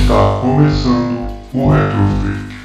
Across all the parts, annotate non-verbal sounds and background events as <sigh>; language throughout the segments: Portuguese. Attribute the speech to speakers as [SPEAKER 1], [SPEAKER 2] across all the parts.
[SPEAKER 1] Está Tá começando o Retrofit.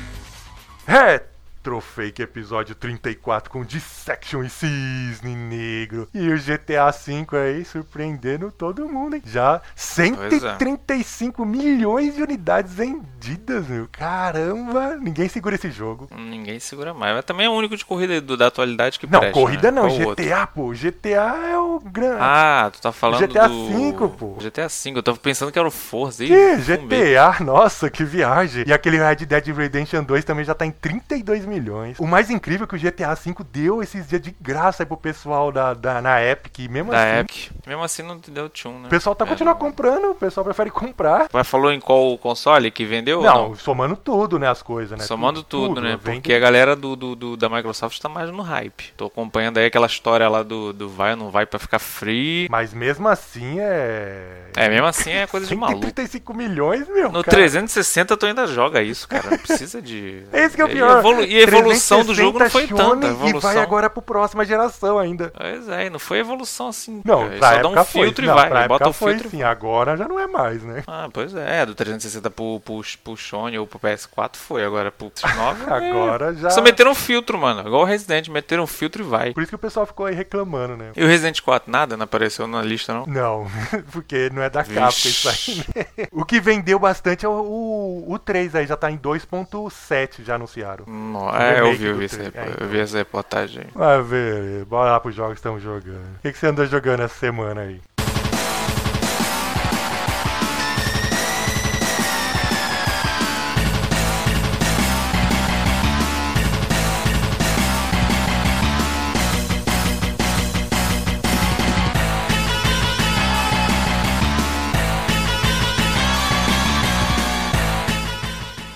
[SPEAKER 2] Retrofake episódio 34 com Dissection e Cisne Negro. E o GTA V aí surpreendendo todo mundo, hein? Já 135 milhões de unidades vendidas, meu. Caramba, ninguém segura esse jogo.
[SPEAKER 3] Ninguém segura mais. Mas também é o único de corrida do- da atualidade que
[SPEAKER 2] Não,
[SPEAKER 3] presta,
[SPEAKER 2] corrida
[SPEAKER 3] né?
[SPEAKER 2] não,
[SPEAKER 3] Qual o outro?
[SPEAKER 2] GTA, pô. GTA é o grande.
[SPEAKER 3] Ah, tu tá falando
[SPEAKER 2] GTA
[SPEAKER 3] do...
[SPEAKER 2] V, pô.
[SPEAKER 3] GTA V, eu tava pensando que era o Forza.
[SPEAKER 2] Que
[SPEAKER 3] Ih, fumei.
[SPEAKER 2] GTA, nossa, que viagem. E aquele Red Dead Redemption 2 também já tá em 32 milhões. O mais incrível é que o GTA V deu esses dias de graça aí pro pessoal da, da, na Epic. E mesmo
[SPEAKER 3] Da
[SPEAKER 2] assim,
[SPEAKER 3] Epic. Mesmo assim não te deu tchum, né?
[SPEAKER 2] o pessoal tá
[SPEAKER 3] É,
[SPEAKER 2] continuando
[SPEAKER 3] não-
[SPEAKER 2] comprando, o pessoal prefere <laughs> comprar.
[SPEAKER 3] Mas falou em qual console que vendeu? ou
[SPEAKER 2] Não, somando tudo, né, as coisas, né?
[SPEAKER 3] Somando tudo, né?
[SPEAKER 2] vem
[SPEAKER 3] Porque a galera do, do- do- da Microsoft tá mais no hype. Tô acompanhando aí aquela história lá do, do vai ou não vai pra ficar free.
[SPEAKER 2] Mas mesmo assim é...
[SPEAKER 3] É, mesmo assim é coisa de maluco.
[SPEAKER 2] 135 milhões, meu,
[SPEAKER 3] No
[SPEAKER 2] cara.
[SPEAKER 3] 360 tu ainda joga isso, cara. Não precisa
[SPEAKER 2] <laughs>
[SPEAKER 3] de.
[SPEAKER 2] É isso que é o
[SPEAKER 3] E
[SPEAKER 2] pior.
[SPEAKER 3] evolu- E a evolução
[SPEAKER 2] 360
[SPEAKER 3] do jogo não foi tanta. a
[SPEAKER 2] Sony E
[SPEAKER 3] Evolução.
[SPEAKER 2] vai agora pro próxima geração ainda.
[SPEAKER 3] Pois é, e não foi evolução assim.
[SPEAKER 2] Não,
[SPEAKER 3] cara.
[SPEAKER 2] pra
[SPEAKER 3] Só dá
[SPEAKER 2] época
[SPEAKER 3] um
[SPEAKER 2] foi.
[SPEAKER 3] filtro
[SPEAKER 2] Não,
[SPEAKER 3] e vai.
[SPEAKER 2] pra
[SPEAKER 3] bota
[SPEAKER 2] época
[SPEAKER 3] o filtro.
[SPEAKER 2] foi, sim. Agora já não é mais, né?
[SPEAKER 3] Ah, pois é, do 360 pro, pro, pro Sony ou pro PS4 foi, agora
[SPEAKER 2] <laughs>
[SPEAKER 3] pro PS9. é.
[SPEAKER 2] Agora já...
[SPEAKER 3] Só meteram um filtro, mano. Igual o Resident, meteram um filtro e vai.
[SPEAKER 2] Por isso que o pessoal ficou aí reclamando, né?
[SPEAKER 3] E o Resident 4 nada, não apareceu na lista não.
[SPEAKER 2] Não, <laughs> porque não é da capa isso aí. né? O que vendeu bastante é o, o, o 3 aí, já tá em 2.7, já anunciaram.
[SPEAKER 3] Não, é, eu
[SPEAKER 2] remake
[SPEAKER 3] vi, eu
[SPEAKER 2] do
[SPEAKER 3] vi, essa,
[SPEAKER 2] três,
[SPEAKER 3] repo-
[SPEAKER 2] é,
[SPEAKER 3] eu vi essa reportagem.
[SPEAKER 2] Vai ver, bora lá pros jogos que estamos jogando. O que, que você andou jogando essa semana aí?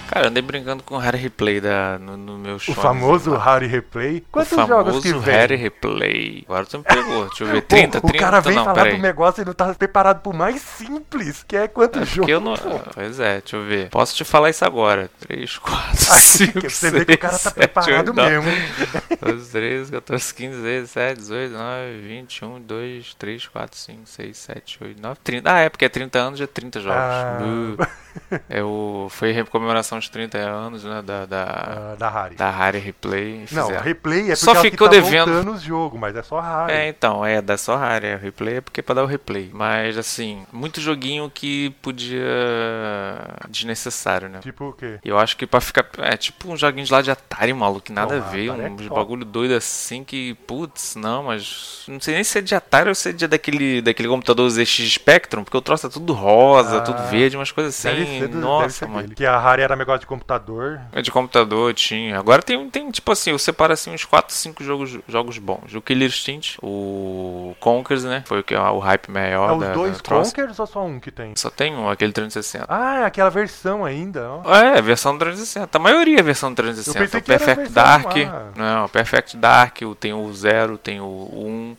[SPEAKER 3] Cara, eu andei brincando com o Harry Replay da, no, no meu show.
[SPEAKER 2] O famoso Harry Replay? Quantos
[SPEAKER 3] o
[SPEAKER 2] jogos que
[SPEAKER 3] famoso
[SPEAKER 2] vem?
[SPEAKER 3] Harry Replay. Agora tu me pegou. Deixa eu ver.
[SPEAKER 2] <laughs>
[SPEAKER 3] 30,
[SPEAKER 2] Pô,
[SPEAKER 3] 30,
[SPEAKER 2] O cara vem
[SPEAKER 3] não,
[SPEAKER 2] falar
[SPEAKER 3] peraí.
[SPEAKER 2] do negócio e não tá preparado pro mais simples, que é quantos jogos.
[SPEAKER 3] Porque eu não.
[SPEAKER 2] pô.
[SPEAKER 3] <laughs> Pois é, deixa eu ver. Posso te falar isso agora. 3, 4,
[SPEAKER 2] <laughs>
[SPEAKER 3] 5,
[SPEAKER 2] Porque
[SPEAKER 3] 6,
[SPEAKER 2] você vê que o
[SPEAKER 3] <laughs>
[SPEAKER 2] cara
[SPEAKER 3] é
[SPEAKER 2] tá preparado mesmo.
[SPEAKER 3] 2, 3, 14, 15, 16, 17, 18, 19, 21, 2, 3, 4, 5, 6, 7, 8, 9, 30. Ah, é porque é 30 anos, é 30 jogos.
[SPEAKER 2] Ah.
[SPEAKER 3] Uh. É o... Foi em comemoração dos 30 anos, né? Da, da,
[SPEAKER 2] Ah, da Harry.
[SPEAKER 3] da Rare Replay. e
[SPEAKER 2] Não,
[SPEAKER 3] fizeram.
[SPEAKER 2] replay é porque
[SPEAKER 3] Tá, Só
[SPEAKER 2] ela que
[SPEAKER 3] ficou
[SPEAKER 2] tá
[SPEAKER 3] devendo.
[SPEAKER 2] voltando os jogos, mas é só raro.
[SPEAKER 3] É, então, é, dá só rare, é, o replay é porque é pra dar o replay. Mas, assim, muito joguinho que podia. desnecessário, né?
[SPEAKER 2] Tipo o quê?
[SPEAKER 3] Eu acho que pra ficar. É tipo um joguinho de lá de Atari, maluco, que nada
[SPEAKER 2] Não,
[SPEAKER 3] a ver.
[SPEAKER 2] Atari é
[SPEAKER 3] uns
[SPEAKER 2] top.
[SPEAKER 3] bagulho doido assim que. Putz, não, mas. Não sei nem se é de Atari ou se é de- daquele, daquele computador ZX Spectrum, porque o troço tá tudo rosa,
[SPEAKER 2] Ah,
[SPEAKER 3] tudo verde, umas coisas assim.
[SPEAKER 2] Deve ser do- deve
[SPEAKER 3] Nossa,
[SPEAKER 2] ser
[SPEAKER 3] mano.
[SPEAKER 2] dele. Que a Harry era negócio de computador.
[SPEAKER 3] É de computador, tinha. Agora tem, tem tipo assim, eu separo assim uns 4, 5 jogos, jogos bons. O Killer Instinct, o Conkers, né? Foi o que ó, o hype maior
[SPEAKER 2] é os
[SPEAKER 3] da,
[SPEAKER 2] dois
[SPEAKER 3] da troça.
[SPEAKER 2] Conkers ou só um que tem?
[SPEAKER 3] Só tem um, aquele 360.
[SPEAKER 2] Ah, é aquela versão ainda, ó.
[SPEAKER 3] É, versão 360. A maioria é versão 360.
[SPEAKER 2] Eu pensei
[SPEAKER 3] o
[SPEAKER 2] que era a
[SPEAKER 3] Perfect
[SPEAKER 2] versão
[SPEAKER 3] Dark.
[SPEAKER 2] lá.
[SPEAKER 3] Não, o Perfect Dark, o- tem o Zero, tem o 1,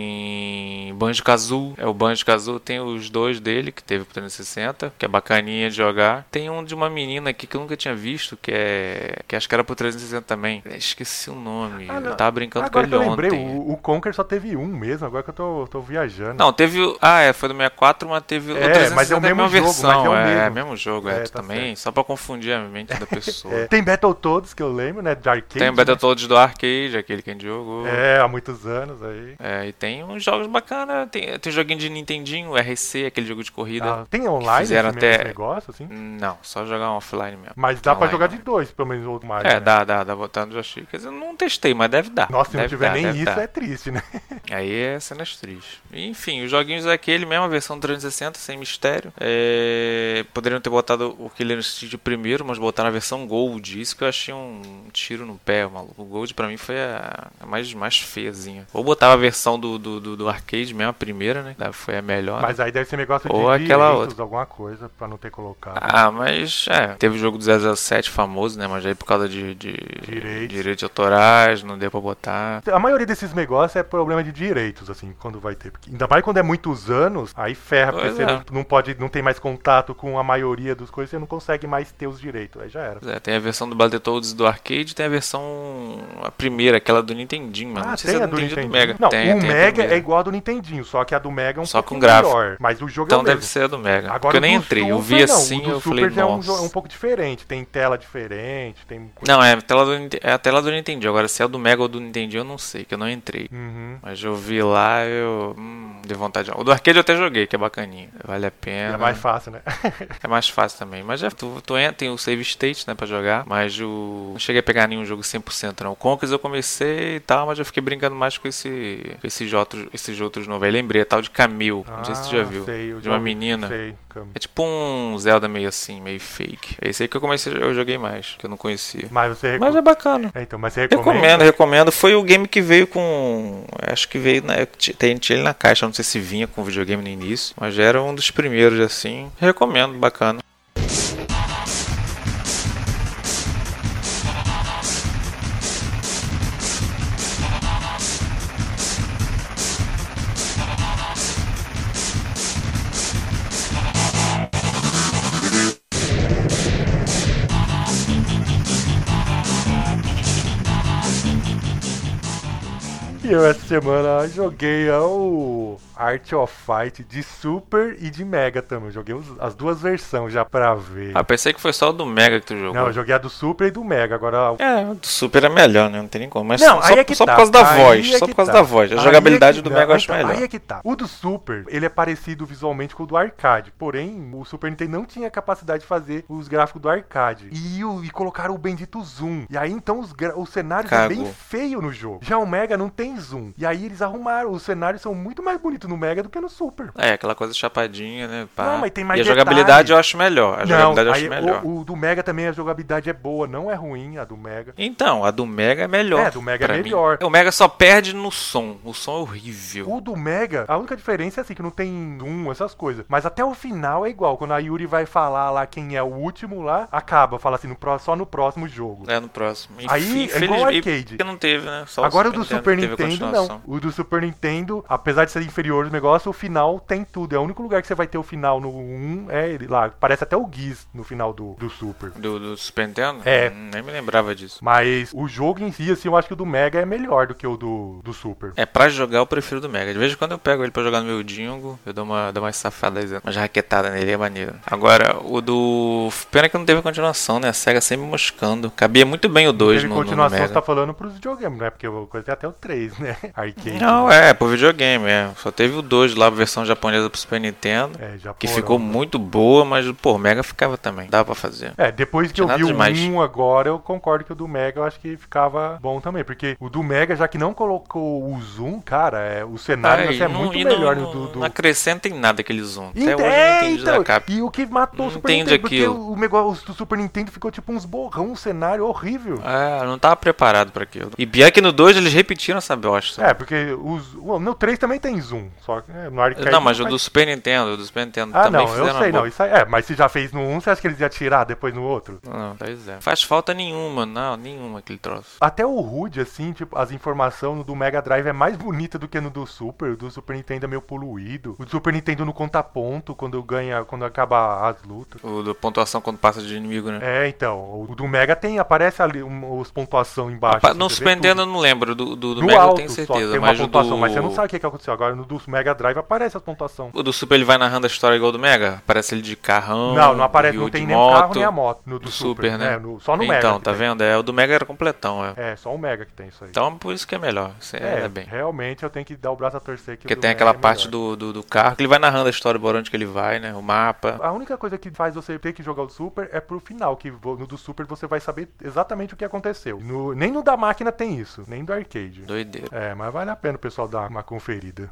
[SPEAKER 3] tem Banjo Kazoo. É o Banjo Kazoo, tem os dois dele que teve pro 360, que é bacaninha de jogar. Tem um de uma menina aqui que eu nunca tinha visto, que é. que acho que era pro 360 também. Esqueci o nome.
[SPEAKER 2] Ah, não.
[SPEAKER 3] eu tava brincando
[SPEAKER 2] Agora
[SPEAKER 3] com
[SPEAKER 2] que eu
[SPEAKER 3] ele
[SPEAKER 2] lembrei,
[SPEAKER 3] ontem.
[SPEAKER 2] o, o Conker só teve um mesmo, agora que eu tô, tô viajando.
[SPEAKER 3] Não, teve. o- Ah, é, foi do 64, mas teve. o
[SPEAKER 2] É,
[SPEAKER 3] 360
[SPEAKER 2] mas é o
[SPEAKER 3] a
[SPEAKER 2] mesmo
[SPEAKER 3] mesma
[SPEAKER 2] jogo, mas
[SPEAKER 3] versão.
[SPEAKER 2] é o
[SPEAKER 3] é,
[SPEAKER 2] mesmo.
[SPEAKER 3] mesmo jogo, é,
[SPEAKER 2] É,
[SPEAKER 3] tu
[SPEAKER 2] tá
[SPEAKER 3] também. Só pra confundir a mente
[SPEAKER 2] <laughs>
[SPEAKER 3] da pessoa.
[SPEAKER 2] É, tem Battletoads que eu lembro, né? De arcade.
[SPEAKER 3] Tem o Battletoads do Arcade, aquele que a gente jogou. É.
[SPEAKER 2] É, há muitos anos aí.
[SPEAKER 3] e tem uns jogos bacanas. Tem, tem joguinho de Nintendinho, RC, aquele jogo de corrida.
[SPEAKER 2] Ah, tem online esse,
[SPEAKER 3] fizeram
[SPEAKER 2] mesmo,
[SPEAKER 3] até-
[SPEAKER 2] esse negócio, assim?
[SPEAKER 3] Não, só jogar offline mesmo.
[SPEAKER 2] Mas dá pra
[SPEAKER 3] Online,
[SPEAKER 2] jogar de
[SPEAKER 3] online.
[SPEAKER 2] dois, pelo menos, ou mais.
[SPEAKER 3] É,
[SPEAKER 2] né?
[SPEAKER 3] dá, dá, dá botar no joystick. Quer dizer, eu não testei, mas deve dar.
[SPEAKER 2] Nossa, se não
[SPEAKER 3] Deve
[SPEAKER 2] tiver
[SPEAKER 3] dar,
[SPEAKER 2] nem
[SPEAKER 3] deve
[SPEAKER 2] isso,
[SPEAKER 3] dar.
[SPEAKER 2] é triste, né?
[SPEAKER 3] Aí é cenas tristes. Enfim, os joguinhos é aquele mesmo, a versão 360, sem mistério. É, Poderiam ter botado o Killer Instinct primeiro, mas botaram a versão Gold. Isso que eu achei um tiro no pé, maluco. O Gold pra mim foi a, a mais, mais feiazinha. Ou botava a versão do, do, do, do arcade mesmo, a primeira, né? Da- Foi a melhor. né?
[SPEAKER 2] Mas aí deve ser negócio de
[SPEAKER 3] Ou aquela
[SPEAKER 2] direitos, alguma coisa, pra não ter colocado.
[SPEAKER 3] Ah, mas é, teve jogo do 007 famoso, né? Mas aí por causa de, de
[SPEAKER 2] Direitos.
[SPEAKER 3] direitos autorais, não deu pra botar.
[SPEAKER 2] A maioria desses negócios é problema de direitos, assim, quando vai ter. Porque ainda mais quando é muitos anos, aí ferra, porque
[SPEAKER 3] Pois
[SPEAKER 2] você
[SPEAKER 3] é.
[SPEAKER 2] não, não pode, não tem mais contato com a maioria das coisas, você não consegue mais ter os direitos. Aí já era.
[SPEAKER 3] Pois é, tem a versão do Battletoads do arcade, tem a versão. a primeira, aquela do Nintendinho,
[SPEAKER 2] Ah,
[SPEAKER 3] mas não sei se é do Nintendinho ou do Mega.
[SPEAKER 2] Não,
[SPEAKER 3] Tem,
[SPEAKER 2] o
[SPEAKER 3] tem a
[SPEAKER 2] Mega
[SPEAKER 3] primeira.
[SPEAKER 2] é igual a do Nintendinho, só que a do Mega é um
[SPEAKER 3] Só
[SPEAKER 2] pouquinho
[SPEAKER 3] com gráfico.
[SPEAKER 2] melhor. Mas o jogo é
[SPEAKER 3] Então
[SPEAKER 2] o
[SPEAKER 3] deve
[SPEAKER 2] mesmo.
[SPEAKER 3] ser a do Mega.
[SPEAKER 2] Agora,
[SPEAKER 3] Porque eu
[SPEAKER 2] o
[SPEAKER 3] nem
[SPEAKER 2] do
[SPEAKER 3] entrei, eu
[SPEAKER 2] Super
[SPEAKER 3] vi
[SPEAKER 2] não,
[SPEAKER 3] assim,
[SPEAKER 2] o do
[SPEAKER 3] eu
[SPEAKER 2] Super
[SPEAKER 3] falei,
[SPEAKER 2] já é um, jo-
[SPEAKER 3] nossa.
[SPEAKER 2] é um pouco diferente, tem tela diferente, tem coisa-
[SPEAKER 3] Não, é a tela do, Ninte- é a tela do Nintendo. Agora, se é do Mega ou do Nintendo, eu não sei, que eu não entrei.
[SPEAKER 2] Uhum.
[SPEAKER 3] Mas eu vi lá, eu. Hum, dei vontade. de- O do arcade eu até joguei, que é bacaninha. Vale a pena.
[SPEAKER 2] É mais fácil, né? <laughs>
[SPEAKER 3] É mais fácil também. Mas é, tu, tu entra, tem o save state, né, pra jogar. Mas o. Não cheguei a pegar nenhum jogo 100%, não. O Conquest eu comecei e tal, mas eu fiquei brincando mais com esse, com esses, outros, esses outros novos. Aí lembrei, é tal de Camille. não sei se tu já
[SPEAKER 2] Ah,
[SPEAKER 3] viu.
[SPEAKER 2] sei, eu
[SPEAKER 3] de
[SPEAKER 2] já
[SPEAKER 3] uma
[SPEAKER 2] vi,
[SPEAKER 3] menina.
[SPEAKER 2] sei, Cam.
[SPEAKER 3] É tipo um Zelda meio assim, meio fake. É esse aí que eu comecei, eu joguei mais, que eu não conhecia.
[SPEAKER 2] Mas você
[SPEAKER 3] Mas é
[SPEAKER 2] recomenda.
[SPEAKER 3] bacana.
[SPEAKER 2] então, mas você recomenda.
[SPEAKER 3] Recomendo, recomendo. Foi o game que veio com. Acho que veio na. Tem tinha ele na caixa, não sei se vinha com videogame no início, mas já era um dos primeiros assim. Recomendo, bacana.
[SPEAKER 2] E eu essa semana joguei o Art of Fight de Super e de Mega também. Eu joguei os- as duas versões já pra ver.
[SPEAKER 3] Ah, pensei que foi só o do Mega que tu jogou.
[SPEAKER 2] Não, eu joguei a do Super e do Mega. Agora,
[SPEAKER 3] É, o do Super é melhor, né? Não tem nem como. Mas
[SPEAKER 2] Não,
[SPEAKER 3] só,
[SPEAKER 2] aí é que
[SPEAKER 3] só
[SPEAKER 2] tá.
[SPEAKER 3] por causa da
[SPEAKER 2] Aí
[SPEAKER 3] voz.
[SPEAKER 2] é
[SPEAKER 3] só
[SPEAKER 2] que
[SPEAKER 3] por causa
[SPEAKER 2] tá.
[SPEAKER 3] da voz. A
[SPEAKER 2] Aí
[SPEAKER 3] jogabilidade
[SPEAKER 2] é que-
[SPEAKER 3] do Mega eu acho
[SPEAKER 2] então,
[SPEAKER 3] melhor.
[SPEAKER 2] Aí é que tá. O do Super, ele é parecido visualmente com o do arcade. Porém, o Super Nintendo não tinha capacidade de fazer os gráficos do arcade. E, o- e colocaram o bendito zoom. E aí, então, os, gra- os cenários é
[SPEAKER 3] Cagou.
[SPEAKER 2] bem feio no jogo. Já o Mega não tem zoom. E aí, eles arrumaram. Os cenários são muito mais bonitos no Mega do que no Super.
[SPEAKER 3] É, aquela coisa chapadinha, né? pá.
[SPEAKER 2] Não, mas tem mais
[SPEAKER 3] e a
[SPEAKER 2] detalhe.
[SPEAKER 3] jogabilidade eu acho melhor. A
[SPEAKER 2] Não,
[SPEAKER 3] jogabilidade eu acho
[SPEAKER 2] aí
[SPEAKER 3] melhor.
[SPEAKER 2] o, o do Mega também a jogabilidade é boa, não é ruim a do Mega.
[SPEAKER 3] Então, a do Mega é melhor.
[SPEAKER 2] É, a do Mega é
[SPEAKER 3] pra mim.
[SPEAKER 2] melhor.
[SPEAKER 3] O Mega só perde no som. O som é horrível.
[SPEAKER 2] O do Mega, a única diferença é assim, que não tem um, essas coisas. Mas até o final é igual. Quando a Yuri vai falar lá quem é o último lá, acaba. Fala assim, no pró- só no próximo jogo.
[SPEAKER 3] É, no próximo. Enfim,
[SPEAKER 2] Aí, é igual
[SPEAKER 3] infeliz-
[SPEAKER 2] ao arcade.
[SPEAKER 3] Porque não teve, né? Só
[SPEAKER 2] Agora o do Super
[SPEAKER 3] teve a
[SPEAKER 2] Nintendo, não.
[SPEAKER 3] continuação.
[SPEAKER 2] O do Super Nintendo, apesar de ser inferior no negócio, o final tem tudo. É o único lugar que você vai ter o final no 1, é ele lá. Parece até o Giz no final do, do Super.
[SPEAKER 3] Do, do Super Nintendo?
[SPEAKER 2] É.
[SPEAKER 3] Hum, Nem me lembrava disso.
[SPEAKER 2] Mas o jogo em si, assim, eu acho que o do Mega é melhor do que o do, do Super.
[SPEAKER 3] É, pra jogar eu prefiro do Mega. De vez em quando eu pego ele pra jogar no meu Dingo, eu dou uma, dou umas safadas, umas raquetadas nele, é maneiro. Agora, o do... Pena que não teve a continuação, né? A SEGA sempre moscando. Cabia muito bem o 2
[SPEAKER 2] Teve
[SPEAKER 3] no, no, no
[SPEAKER 2] continuação,
[SPEAKER 3] Mega.
[SPEAKER 2] você tá falando pros videogames, né? Porque eu coisa tem até o 3, né? <laughs> Arcade.
[SPEAKER 3] Não, é, pro videogame, é. Só teve o 2 lá, a versão japonesa pro Super Nintendo.
[SPEAKER 2] É, já
[SPEAKER 3] Que
[SPEAKER 2] foram.
[SPEAKER 3] ficou muito boa, mas, pô, o Mega ficava também. Dava pra fazer.
[SPEAKER 2] É, depois que
[SPEAKER 3] Tinha
[SPEAKER 2] eu vi
[SPEAKER 3] nada
[SPEAKER 2] o
[SPEAKER 3] demais.
[SPEAKER 2] 1 agora, eu concordo que o do Mega eu acho que ficava bom também. Porque o do Mega, já que não colocou o zoom, cara, é, o cenário
[SPEAKER 3] Ah,
[SPEAKER 2] assim, é
[SPEAKER 3] e não-
[SPEAKER 2] muito
[SPEAKER 3] e
[SPEAKER 2] melhor
[SPEAKER 3] não,
[SPEAKER 2] do. do...
[SPEAKER 3] não acrescenta em nada aquele zoom. Até
[SPEAKER 2] Ent-
[SPEAKER 3] hoje eu
[SPEAKER 2] é,
[SPEAKER 3] não entendi da capa.
[SPEAKER 2] e o que matou o
[SPEAKER 3] Não
[SPEAKER 2] Super
[SPEAKER 3] entende
[SPEAKER 2] Nintendo, porque
[SPEAKER 3] aquilo.
[SPEAKER 2] o, o negócio do Super Nintendo ficou tipo uns borrão, um cenário horrível.
[SPEAKER 3] Ah, eu não tava preparado pra aquilo. E pior que no 2 eles repetiram essa bosta.
[SPEAKER 2] É, porque os, o, no 3 também tem zoom, só que é, no arcade...
[SPEAKER 3] não, mas o
[SPEAKER 2] faz-
[SPEAKER 3] do Super Nintendo, o do Super Nintendo
[SPEAKER 2] Ah,
[SPEAKER 3] também
[SPEAKER 2] não,
[SPEAKER 3] fizeram
[SPEAKER 2] eu sei,
[SPEAKER 3] a
[SPEAKER 2] não.
[SPEAKER 3] bosta.
[SPEAKER 2] Isso aí, é, mas se já fez no 1, você acha que eles iam tirar depois no outro?
[SPEAKER 3] Não, pois é. Faz falta nenhuma, não, nenhuma aquele troço.
[SPEAKER 2] Até o HUD, assim, tipo, as informações do Mega Drive é mais bonita do que no do Super. O do Super Nintendo é meio poluído. O do Super Nintendo não conta ponto quando ganha, quando acaba as lutas.
[SPEAKER 3] O da pontuação quando passa de inimigo, né?
[SPEAKER 2] É, então. O do Mega tem, aparece ali um, os pontuação embaixo.
[SPEAKER 3] Pa-
[SPEAKER 2] assim,
[SPEAKER 3] no
[SPEAKER 2] você vê
[SPEAKER 3] Super
[SPEAKER 2] tudo.
[SPEAKER 3] Nintendo eu não lembro, do, do, do
[SPEAKER 2] no
[SPEAKER 3] Mega
[SPEAKER 2] alto,
[SPEAKER 3] eu tenho
[SPEAKER 2] só
[SPEAKER 3] certeza,
[SPEAKER 2] tem uma
[SPEAKER 3] mas o
[SPEAKER 2] pontuação,
[SPEAKER 3] do...
[SPEAKER 2] mas você não sabe o que, que aconteceu. Agora no do Mega Drive aparece as pontuação.
[SPEAKER 3] O do Super ele vai narrando a história igual do Mega? Aparece ele de carrão,
[SPEAKER 2] Não, não aparece,
[SPEAKER 3] Ryu
[SPEAKER 2] não
[SPEAKER 3] de
[SPEAKER 2] tem nem o
[SPEAKER 3] moto,
[SPEAKER 2] carro nem a moto no do
[SPEAKER 3] Do
[SPEAKER 2] Super,
[SPEAKER 3] Super, né?
[SPEAKER 2] É, no- só no Mega.
[SPEAKER 3] Então,
[SPEAKER 2] que
[SPEAKER 3] tá
[SPEAKER 2] tem.
[SPEAKER 3] vendo? É, o do Mega era completão, é.
[SPEAKER 2] É, só o Mega que tem isso aí.
[SPEAKER 3] Então por isso que é melhor, isso aí é, bem.
[SPEAKER 2] realmente eu tenho que dar o braço a torcer que o
[SPEAKER 3] Porque
[SPEAKER 2] do
[SPEAKER 3] tem
[SPEAKER 2] Mega
[SPEAKER 3] aquela
[SPEAKER 2] é
[SPEAKER 3] parte
[SPEAKER 2] melhor.
[SPEAKER 3] do, do, do carro que ele vai narrando a história, por onde que ele vai, né? O mapa.
[SPEAKER 2] A única coisa que faz você ter que jogar o Super é pro final, que vo- no do Super você vai saber exatamente o que aconteceu. No- nem no da máquina tem isso, nem do arcade.
[SPEAKER 3] Doideira.
[SPEAKER 2] É, mas vale a pena o pessoal dar uma conferida.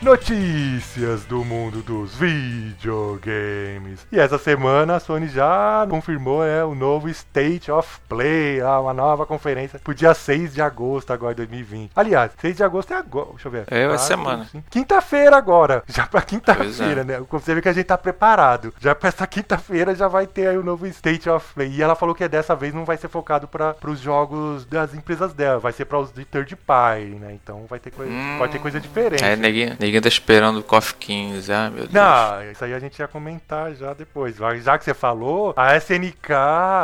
[SPEAKER 2] Notícias do mundo dos videogames. E essa semana a Sony já confirmou né, o novo State of Play, lá, uma nova conferência pro dia 6 de agosto agora de 2020. Aliás, 6 de agosto é agora, deixa eu ver.
[SPEAKER 3] É,
[SPEAKER 2] Quatro,
[SPEAKER 3] essa semana.
[SPEAKER 2] cinco. Quinta-feira agora, <laughs> já pra
[SPEAKER 3] Pois
[SPEAKER 2] quinta-feira,
[SPEAKER 3] é.
[SPEAKER 2] né? Você vê que a gente tá preparado. Já pra essa quinta-feira já vai ter aí o novo State of Play. E ela falou que é dessa vez não vai ser focado para os jogos das empresas dela, vai ser para os de third party, né? Então vai ter coisa,
[SPEAKER 3] Hum.
[SPEAKER 2] pode ter coisa diferente.
[SPEAKER 3] É, neguinho, neguinho tá esperando o KOF 15. Ah, meu Deus.
[SPEAKER 2] Não, isso aí a gente ia comentar já depois. Já que você falou, a SNK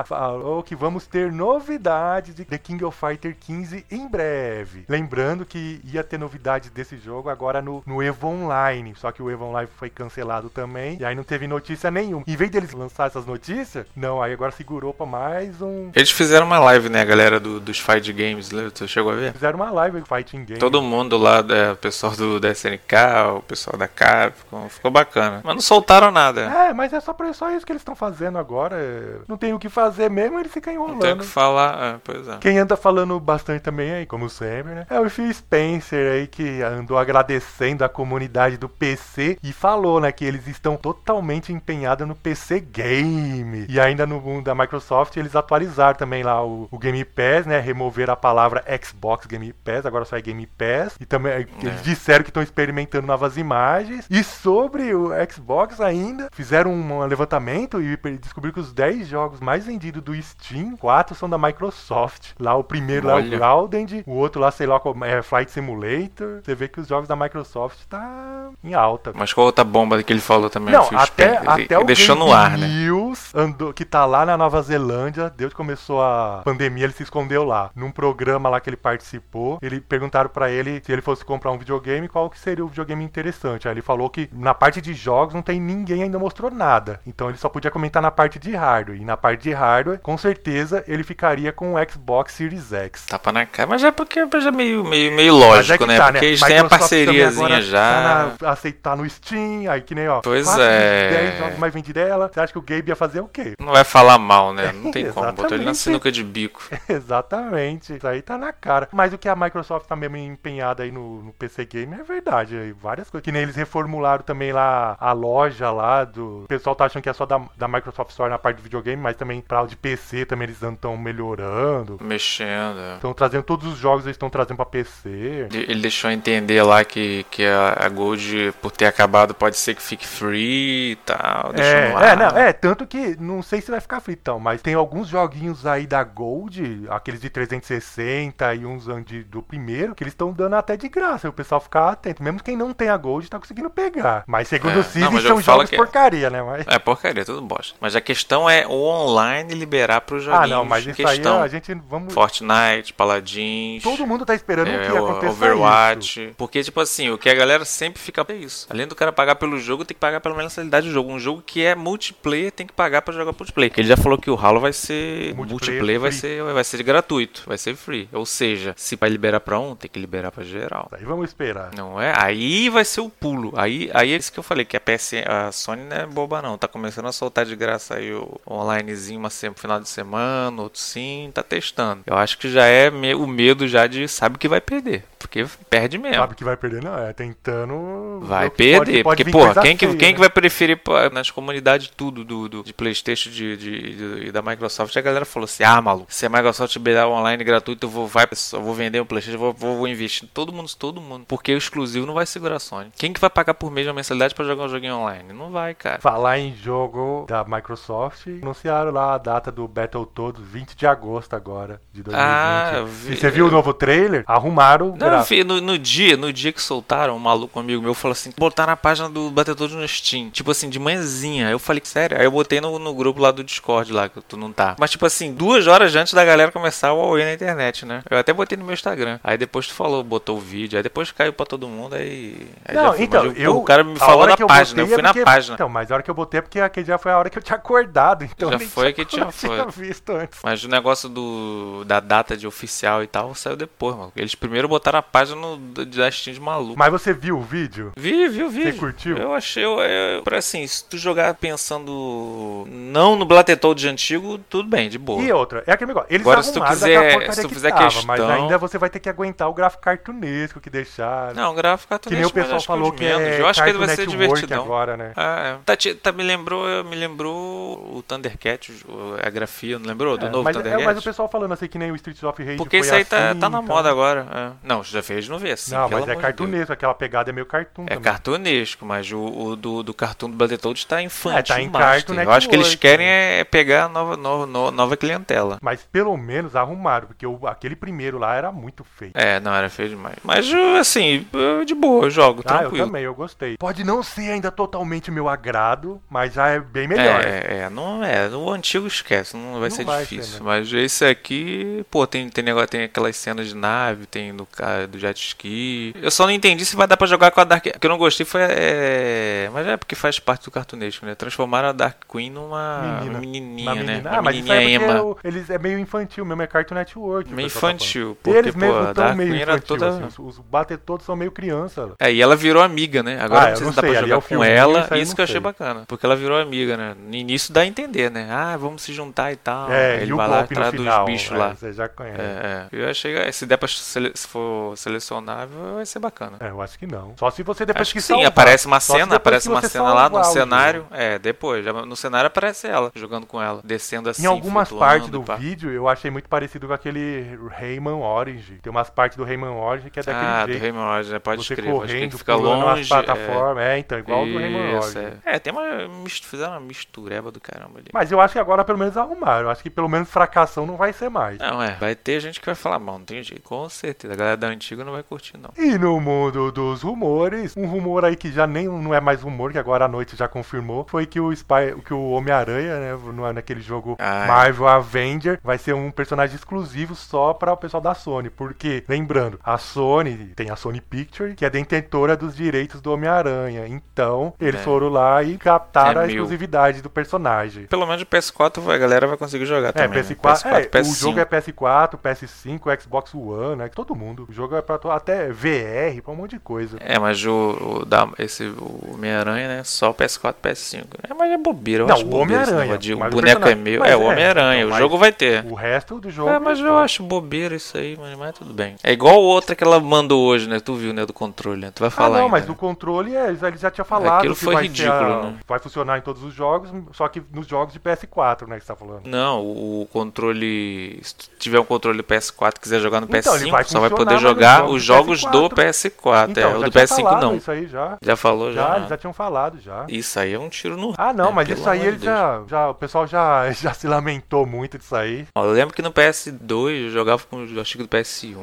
[SPEAKER 2] falou que vamos ter novidades de The King of Fighter 15 em breve. Lembrando que ia ter novidades desse jogo agora no, no Evo Online. Só que o Evo Online foi cancelado também. E aí não teve notícia nenhuma. Em vez deles lançar essas notícias, não, aí agora segurou pra mais um.
[SPEAKER 3] Eles fizeram uma live, né, a galera do- dos Fight Games, né? tu chegou a ver?
[SPEAKER 2] Fizeram uma live Fighting Game.
[SPEAKER 3] Todo mundo lá, da- o pessoal do, da SNK, o pessoal da Capcom, ficou bacana. Mas não soltaram nada.
[SPEAKER 2] É, mas é só, pra, só isso que eles estão fazendo agora. é. Não tem o que fazer mesmo, eles ficam
[SPEAKER 3] Não
[SPEAKER 2] enrolando.
[SPEAKER 3] tem o que falar, é, pois é.
[SPEAKER 2] Quem anda falando bastante também aí, como sempre, né? É o Phil Spencer aí que andou agradecendo a comunidade do PC e falou, né, que eles estão totalmente empenhados no PC Game. E ainda no mundo da Microsoft eles atualizaram também lá o, o Game Pass, né? Remover a palavra Xbox Game Pass, agora só é Game Pass. E também eh,
[SPEAKER 3] É.
[SPEAKER 2] eles disseram que estão experimentando novas imagens. E sobre o Xbox ainda, fizeram um levantamento e per- descobriram que os 10 jogos mais vendidos do Steam, 4 são da Microsoft. Lá o primeiro lá é o
[SPEAKER 3] Olha.
[SPEAKER 2] Grounded, o outro lá, sei lá, como é Flight Simulator. Você vê que os jogos da Microsoft tá em alta.
[SPEAKER 3] Mas qual outra bomba que ele falou também?
[SPEAKER 2] Não,
[SPEAKER 3] o Phil
[SPEAKER 2] até,
[SPEAKER 3] Spencer? Ele-
[SPEAKER 2] até o
[SPEAKER 3] ele deixou
[SPEAKER 2] Gabe
[SPEAKER 3] no ar, né?
[SPEAKER 2] News andou, que tá lá na Nova Zelândia, desde que começou a pandemia, ele se escondeu lá. Num programa lá que ele participou, ele perguntaram pra ele se ele fosse comprar um videogame, qual que seria o videogame interessante. Aí ele falou que na parte de jogos não tem ninguém ainda mostrou nada. Então ele só podia comentar na parte de hardware. E na parte de hardware, com certeza, ele ficaria com o Xbox Series X.
[SPEAKER 3] Tapa na cara, mas é porque mas é meio, meio, meio
[SPEAKER 2] é tá,
[SPEAKER 3] lógico, né? Porque eles têm a
[SPEAKER 2] Microsoft também
[SPEAKER 3] parceriazinha
[SPEAKER 2] agora
[SPEAKER 3] já.
[SPEAKER 2] tá na- aceitar no Steam, aí que nem, ó.
[SPEAKER 3] Pois
[SPEAKER 2] quatro
[SPEAKER 3] é.
[SPEAKER 2] dos 10 jogos mais vendidos dela. Você acha que o Gabe ia fazer o quê? <laughs>
[SPEAKER 3] Não vai falar mal, né? Não tem como. Botou ele na
[SPEAKER 2] Exatamente.
[SPEAKER 3] sinuca de bico.
[SPEAKER 2] Exatamente. Isso aí tá na cara. Mas o que a Microsoft tá mesmo empenhada aí no, no PC Game é verdade. Aí várias coisas. Que nem eles reformularam também lá a loja lá do. O pessoal tá achando que é só da, da Microsoft Store na parte de videogame, mas também pra de PC também eles estão melhorando.
[SPEAKER 3] Mexendo. é.
[SPEAKER 2] Estão trazendo todos os jogos, eles estão trazendo pra PC.
[SPEAKER 3] Ele ele deixou entender lá que, que a, a Gold, por ter acabado, pode ser que fique free e tal. Deixou
[SPEAKER 2] É,
[SPEAKER 3] no ar.
[SPEAKER 2] é, não, é, tanto que não sei se vai ficar fritão, mas tem alguns joguinhos aí da Gold, aqueles de 360 e uns an- de- do primeiro, que eles estão dando até de graça, e o pessoal ficar atento. Mesmo quem não tem a Gold tá conseguindo pegar. Mas segundo
[SPEAKER 3] É,
[SPEAKER 2] o
[SPEAKER 3] não,
[SPEAKER 2] Cisne,
[SPEAKER 3] mas eu
[SPEAKER 2] são
[SPEAKER 3] falo
[SPEAKER 2] jogos
[SPEAKER 3] que-
[SPEAKER 2] porcaria, né? Mas...
[SPEAKER 3] É porcaria, tudo bosta. Mas a questão é o online liberar para os
[SPEAKER 2] Ah,
[SPEAKER 3] joguinhos
[SPEAKER 2] não, mas
[SPEAKER 3] em
[SPEAKER 2] isso aí
[SPEAKER 3] questão.
[SPEAKER 2] a gente vamos
[SPEAKER 3] Fortnite, Paladins,
[SPEAKER 2] todo mundo tá esperando
[SPEAKER 3] é,
[SPEAKER 2] que
[SPEAKER 3] o-
[SPEAKER 2] aconteça isso.
[SPEAKER 3] Overwatch. Porque, tipo assim, o que a galera sempre fica é isso. Além do cara pagar pelo jogo, tem que pagar pela mensalidade do jogo. Um jogo que é multiplayer, tem que pagar para jogar multiplayer. Porque ele já falou que o Halo vai ser.
[SPEAKER 2] Multiplayer
[SPEAKER 3] Multiplayer vai
[SPEAKER 2] free.
[SPEAKER 3] ser, vai ser gratuito, vai ser free. Ou seja, se vai liberar para um, tem que liberar para geral.
[SPEAKER 2] Aí vamos esperar.
[SPEAKER 3] Não é? Aí vai ser o pulo. Aí, aí é isso que eu falei, que a PSN, a Sony não é boba não. Tá começando a soltar de graça aí o onlinezinho uma sem- final de semana, outro sim, tá testando. Eu acho que já é me- o medo já de sabe que vai perder, porque perde mesmo.
[SPEAKER 2] Sabe que vai perder, não? É tentando.
[SPEAKER 3] Vai
[SPEAKER 2] ver é o que pode- pode
[SPEAKER 3] perder, porque,
[SPEAKER 2] vir
[SPEAKER 3] porra,
[SPEAKER 2] coisa
[SPEAKER 3] quem, que,
[SPEAKER 2] feia,
[SPEAKER 3] quem que
[SPEAKER 2] né?
[SPEAKER 3] vai preferir pô, nas comunidades tudo do, do- de Playstation de, de- de- e da Microsoft? A galera falou assim, ah, maluco, se a Microsoft liberar o online gratuito, eu vou, vai, eu vou vender o Playstation, eu vou, vou, vou investir. Todo mundo, todo mundo. Porque o exclusivo não vai segurar a Sony. Quem que vai pagar por mês uma mensalidade pra jogar um joguinho online? Não vai, cara.
[SPEAKER 2] Falar em jogo da Microsoft, anunciaram lá a data do Battletoads, 20 de agosto agora, de 2020.
[SPEAKER 3] Ah, eu vi-
[SPEAKER 2] E você viu o novo trailer? Arrumaram o
[SPEAKER 3] Não, eu
[SPEAKER 2] gráfico.
[SPEAKER 3] vi, no, no dia, no dia que soltaram, um maluco amigo meu falou assim: botar na página do Batedor no Steam. Tipo assim, de manhãzinha. Eu falei, sério? Aí eu botei no, no grupo lá do Discord lá, que tu não tá. Mas, tipo assim, duas horas antes da galera começar o Huawei na internet, né? Eu até botei no meu Instagram. Aí depois tu falou, botou o vídeo, aí depois caiu pra todo mundo, aí. aí já
[SPEAKER 2] Não,
[SPEAKER 3] foi.
[SPEAKER 2] então,
[SPEAKER 3] Mas o-
[SPEAKER 2] eu,
[SPEAKER 3] o cara me
[SPEAKER 2] a
[SPEAKER 3] falou
[SPEAKER 2] hora
[SPEAKER 3] na
[SPEAKER 2] que eu
[SPEAKER 3] página, eu
[SPEAKER 2] botei é
[SPEAKER 3] fui na
[SPEAKER 2] porque-
[SPEAKER 3] página.
[SPEAKER 2] Então, mas a hora que eu botei é porque aquele já foi a hora que eu tinha acordado, então
[SPEAKER 3] Já
[SPEAKER 2] nem
[SPEAKER 3] foi que tinha-
[SPEAKER 2] não <laughs> tinha visto antes.
[SPEAKER 3] Mas o negócio do, da data de oficial e tal saiu depois, mano. Eles primeiro botaram a na página da Steam de maluco.
[SPEAKER 2] Mas você viu o vídeo?
[SPEAKER 3] Vi, vi o vídeo.
[SPEAKER 2] Você curtiu?
[SPEAKER 3] Eu achei. Eu, eu, pra assim, se tu jogar pensando não no Blatetoad de antigo, tudo bem, de boa.
[SPEAKER 2] E outra, é aquele negócio. Eles
[SPEAKER 3] Agora, se tu
[SPEAKER 2] arrumaram
[SPEAKER 3] quiser-
[SPEAKER 2] aquela porcaria
[SPEAKER 3] se tu
[SPEAKER 2] que
[SPEAKER 3] fizer
[SPEAKER 2] tava,
[SPEAKER 3] questão-
[SPEAKER 2] mas ainda você vai ter que aguentar o gráfico cartunesco que deixaram.
[SPEAKER 3] Não, o gráfico até
[SPEAKER 2] que nem o pessoal falou que é
[SPEAKER 3] Eu acho que ele
[SPEAKER 2] Cartoon
[SPEAKER 3] vai ser
[SPEAKER 2] Network
[SPEAKER 3] divertidão.
[SPEAKER 2] agora, né?
[SPEAKER 3] Ah, é. tá, te- tá, me lembrou, me lembrou o Thundercat, o- a grafia, não lembrou? Do
[SPEAKER 2] É,
[SPEAKER 3] novo
[SPEAKER 2] mas, é,
[SPEAKER 3] Thundercat?
[SPEAKER 2] mas o pessoal falando assim, que nem o Streets of Rage
[SPEAKER 3] Porque
[SPEAKER 2] foi
[SPEAKER 3] isso aí tá,
[SPEAKER 2] assim,
[SPEAKER 3] tá na
[SPEAKER 2] então.
[SPEAKER 3] moda agora. é. Não, já fez, não vê assim.
[SPEAKER 2] Não, mas
[SPEAKER 3] pelo
[SPEAKER 2] é
[SPEAKER 3] amor de Deus.
[SPEAKER 2] cartunesco, aquela pegada é meio cartoon
[SPEAKER 3] É
[SPEAKER 2] também.
[SPEAKER 3] cartunesco, mas o, o do, do cartoon do Battletoads tá infantil.
[SPEAKER 2] É, tá em
[SPEAKER 3] master.
[SPEAKER 2] Cartoon
[SPEAKER 3] Eu acho que eles
[SPEAKER 2] Network, né?
[SPEAKER 3] querem é pegar a nova, nova, nova, nova clientela.
[SPEAKER 2] Mas pelo menos arrumaram, porque o- aquele primeiro lá era muito feio.
[SPEAKER 3] É, não, era feio demais. Mas, eu, assim, eu, de boa, eu jogo,
[SPEAKER 2] Ah, eu
[SPEAKER 3] tranquilo.
[SPEAKER 2] também, eu gostei. Pode não ser ainda totalmente meu agrado, mas já é bem melhor.
[SPEAKER 3] É, é, não é. O antigo esquece, não vai
[SPEAKER 2] Não
[SPEAKER 3] ser
[SPEAKER 2] vai ser né?
[SPEAKER 3] difícil.
[SPEAKER 2] mesmo.
[SPEAKER 3] mas esse aqui, pô, tem, tem negócio, tem aquelas cenas de nave, tem do, ca- do jet ski. Eu só não entendi se vai dar pra jogar com a Dark. O que eu não gostei foi. é, Mas é porque faz parte do cartunesco, né? Transformaram a Dark Queen numa
[SPEAKER 2] Menina.
[SPEAKER 3] menininha,
[SPEAKER 2] Uma
[SPEAKER 3] né?
[SPEAKER 2] menina.
[SPEAKER 3] Uma
[SPEAKER 2] Ah, mas isso aí é
[SPEAKER 3] menininha
[SPEAKER 2] porque
[SPEAKER 3] ema.
[SPEAKER 2] o- eles é meio infantil mesmo, é Cartoon Network. o
[SPEAKER 3] Meio
[SPEAKER 2] pessoal tá
[SPEAKER 3] infantil.
[SPEAKER 2] falando.
[SPEAKER 3] Porque,
[SPEAKER 2] eles
[SPEAKER 3] pô,
[SPEAKER 2] mesmo
[SPEAKER 3] a
[SPEAKER 2] tão
[SPEAKER 3] Dark
[SPEAKER 2] meio
[SPEAKER 3] Queen era
[SPEAKER 2] infantil,
[SPEAKER 3] toda.
[SPEAKER 2] assim, os, os bater todos são meio criança.
[SPEAKER 3] É, e ela virou amiga, né? Agora
[SPEAKER 2] Ah,
[SPEAKER 3] não
[SPEAKER 2] eu
[SPEAKER 3] sei
[SPEAKER 2] não
[SPEAKER 3] se dá
[SPEAKER 2] sei,
[SPEAKER 3] pra
[SPEAKER 2] ali é
[SPEAKER 3] jogar
[SPEAKER 2] o
[SPEAKER 3] com
[SPEAKER 2] filminho,
[SPEAKER 3] ela.
[SPEAKER 2] isso
[SPEAKER 3] Isso,
[SPEAKER 2] aí eu não
[SPEAKER 3] que eu achei
[SPEAKER 2] sei.
[SPEAKER 3] bacana. Porque ela virou amiga, né? No início dá a entender, né? Ah, vamos se juntar e tal.
[SPEAKER 2] É,
[SPEAKER 3] Aí
[SPEAKER 2] e
[SPEAKER 3] Ah, ele
[SPEAKER 2] o
[SPEAKER 3] vai lá
[SPEAKER 2] golpe no
[SPEAKER 3] atrás
[SPEAKER 2] final.
[SPEAKER 3] dos bichos
[SPEAKER 2] é,
[SPEAKER 3] lá.
[SPEAKER 2] Você já conhece.
[SPEAKER 3] É, é. Eu achei que se der pra sele- se for selecionável, vai ser bacana.
[SPEAKER 2] É, eu acho que não. Só se você depois É,
[SPEAKER 3] Acho
[SPEAKER 2] que
[SPEAKER 3] que sim,
[SPEAKER 2] salvar.
[SPEAKER 3] aparece uma
[SPEAKER 2] Só se
[SPEAKER 3] cena,
[SPEAKER 2] depois
[SPEAKER 3] aparece
[SPEAKER 2] que
[SPEAKER 3] uma
[SPEAKER 2] você
[SPEAKER 3] cena lá no
[SPEAKER 2] salvar o
[SPEAKER 3] cenário. É, depois, já- no cenário aparece ela, jogando com ela, descendo assim,
[SPEAKER 2] Em algumas
[SPEAKER 3] flutuando,
[SPEAKER 2] partes do
[SPEAKER 3] pá.
[SPEAKER 2] vídeo eu achei muito parecido com aquele Rayman Orange. Tem umas partes do Rayman Orange que é daquele
[SPEAKER 3] Ah, do
[SPEAKER 2] jeito.
[SPEAKER 3] Rayman Orange, né? Pode
[SPEAKER 2] você
[SPEAKER 3] escrever, mas tem que
[SPEAKER 2] correndo,
[SPEAKER 3] ficar
[SPEAKER 2] pulando
[SPEAKER 3] longe.
[SPEAKER 2] umas plataformas. É. então, igual ao do Rayman
[SPEAKER 3] Isso,
[SPEAKER 2] Orange.
[SPEAKER 3] é. É, tem uma mis- fizeram uma mistureba do caramba ali.
[SPEAKER 2] Mas eu acho que agora pelo menos arrumaram. Eu acho que pelo menos fracassão não vai ser mais.
[SPEAKER 3] Não, é, vai ter gente que vai falar mal, não tem jeito. Com certeza, a galera da antiga não vai curtir, não.
[SPEAKER 2] E no mundo dos rumores, um rumor aí que já nem não é mais rumor, que agora à noite já confirmou, foi que o Spy, que o Homem-Aranha, né, no- naquele jogo
[SPEAKER 3] Ah, é.
[SPEAKER 2] Marvel Avenger, vai ser um personagem exclusivo só para o pessoal da Sony, porque lembrando, a Sony tem a Sony Picture, que é detentora dos direitos do Homem-Aranha. Então, eles
[SPEAKER 3] É.
[SPEAKER 2] foram lá e captaram
[SPEAKER 3] É
[SPEAKER 2] a
[SPEAKER 3] meu.
[SPEAKER 2] exclusividade do personagem.
[SPEAKER 3] Pelo menos o PS4 vai- a galera vai conseguir jogar
[SPEAKER 2] É,
[SPEAKER 3] também. né?
[SPEAKER 2] PS4, é,
[SPEAKER 3] PS5.
[SPEAKER 2] o jogo é PS4, PS5, Xbox One, né? Todo mundo. O jogo é pra to- até VR, pra um monte de coisa.
[SPEAKER 3] É, mas o, o da, esse o Homem-Aranha, né? Só o PS4 PS5. É, mas é bobeira. Eu
[SPEAKER 2] Não,
[SPEAKER 3] acho
[SPEAKER 2] o
[SPEAKER 3] bobeira esse
[SPEAKER 2] Homem-Aranha,
[SPEAKER 3] negócio de O
[SPEAKER 2] mas o
[SPEAKER 3] boneco é
[SPEAKER 2] personagem-
[SPEAKER 3] meu.
[SPEAKER 2] mas
[SPEAKER 3] É, o
[SPEAKER 2] é,
[SPEAKER 3] Homem-Aranha.
[SPEAKER 2] então,
[SPEAKER 3] o
[SPEAKER 2] mas-
[SPEAKER 3] jogo vai ter.
[SPEAKER 2] O resto do jogo.
[SPEAKER 3] É, mas eu
[SPEAKER 2] pô,
[SPEAKER 3] acho bobeira isso aí, mano. Mas tudo bem. É igual outra que ela mandou hoje, né? Tu viu, né? Do controle, né? Tu vai
[SPEAKER 2] Ah,
[SPEAKER 3] falar
[SPEAKER 2] não,
[SPEAKER 3] ainda,
[SPEAKER 2] mas
[SPEAKER 3] né?
[SPEAKER 2] o controle, é, eles- eles já tinham falado
[SPEAKER 3] Aquilo
[SPEAKER 2] que
[SPEAKER 3] foi
[SPEAKER 2] vai ser
[SPEAKER 3] ridículo,
[SPEAKER 2] a-
[SPEAKER 3] né?
[SPEAKER 2] vai funcionar em todos os jogos, só que nos jogos de PS4, né, que você tá falando.
[SPEAKER 3] Não, o o controle. Se tu tiver um controle PS4 e quiser jogar no
[SPEAKER 2] Então, ele
[SPEAKER 3] PS5,
[SPEAKER 2] vai
[SPEAKER 3] só
[SPEAKER 2] funcionar,
[SPEAKER 3] vai poder
[SPEAKER 2] mas nos
[SPEAKER 3] jogar
[SPEAKER 2] jogos
[SPEAKER 3] os
[SPEAKER 2] do
[SPEAKER 3] jogos do
[SPEAKER 2] PS4.
[SPEAKER 3] PS4.
[SPEAKER 2] então,
[SPEAKER 3] é, o
[SPEAKER 2] já
[SPEAKER 3] do
[SPEAKER 2] tinha
[SPEAKER 3] PS5
[SPEAKER 2] falado
[SPEAKER 3] não.
[SPEAKER 2] Isso aí já.
[SPEAKER 3] Já falou, já.
[SPEAKER 2] Já,
[SPEAKER 3] né?
[SPEAKER 2] eles já tinham falado já.
[SPEAKER 3] Isso aí é um tiro no.
[SPEAKER 2] Ah, não,
[SPEAKER 3] É,
[SPEAKER 2] mas
[SPEAKER 3] pelo
[SPEAKER 2] isso aí
[SPEAKER 3] amor de
[SPEAKER 2] ele já, já. O pessoal já, <laughs> já se lamentou muito disso aí.
[SPEAKER 3] Ó, Eu lembro que no PS2 eu jogava com o joystick do PS1,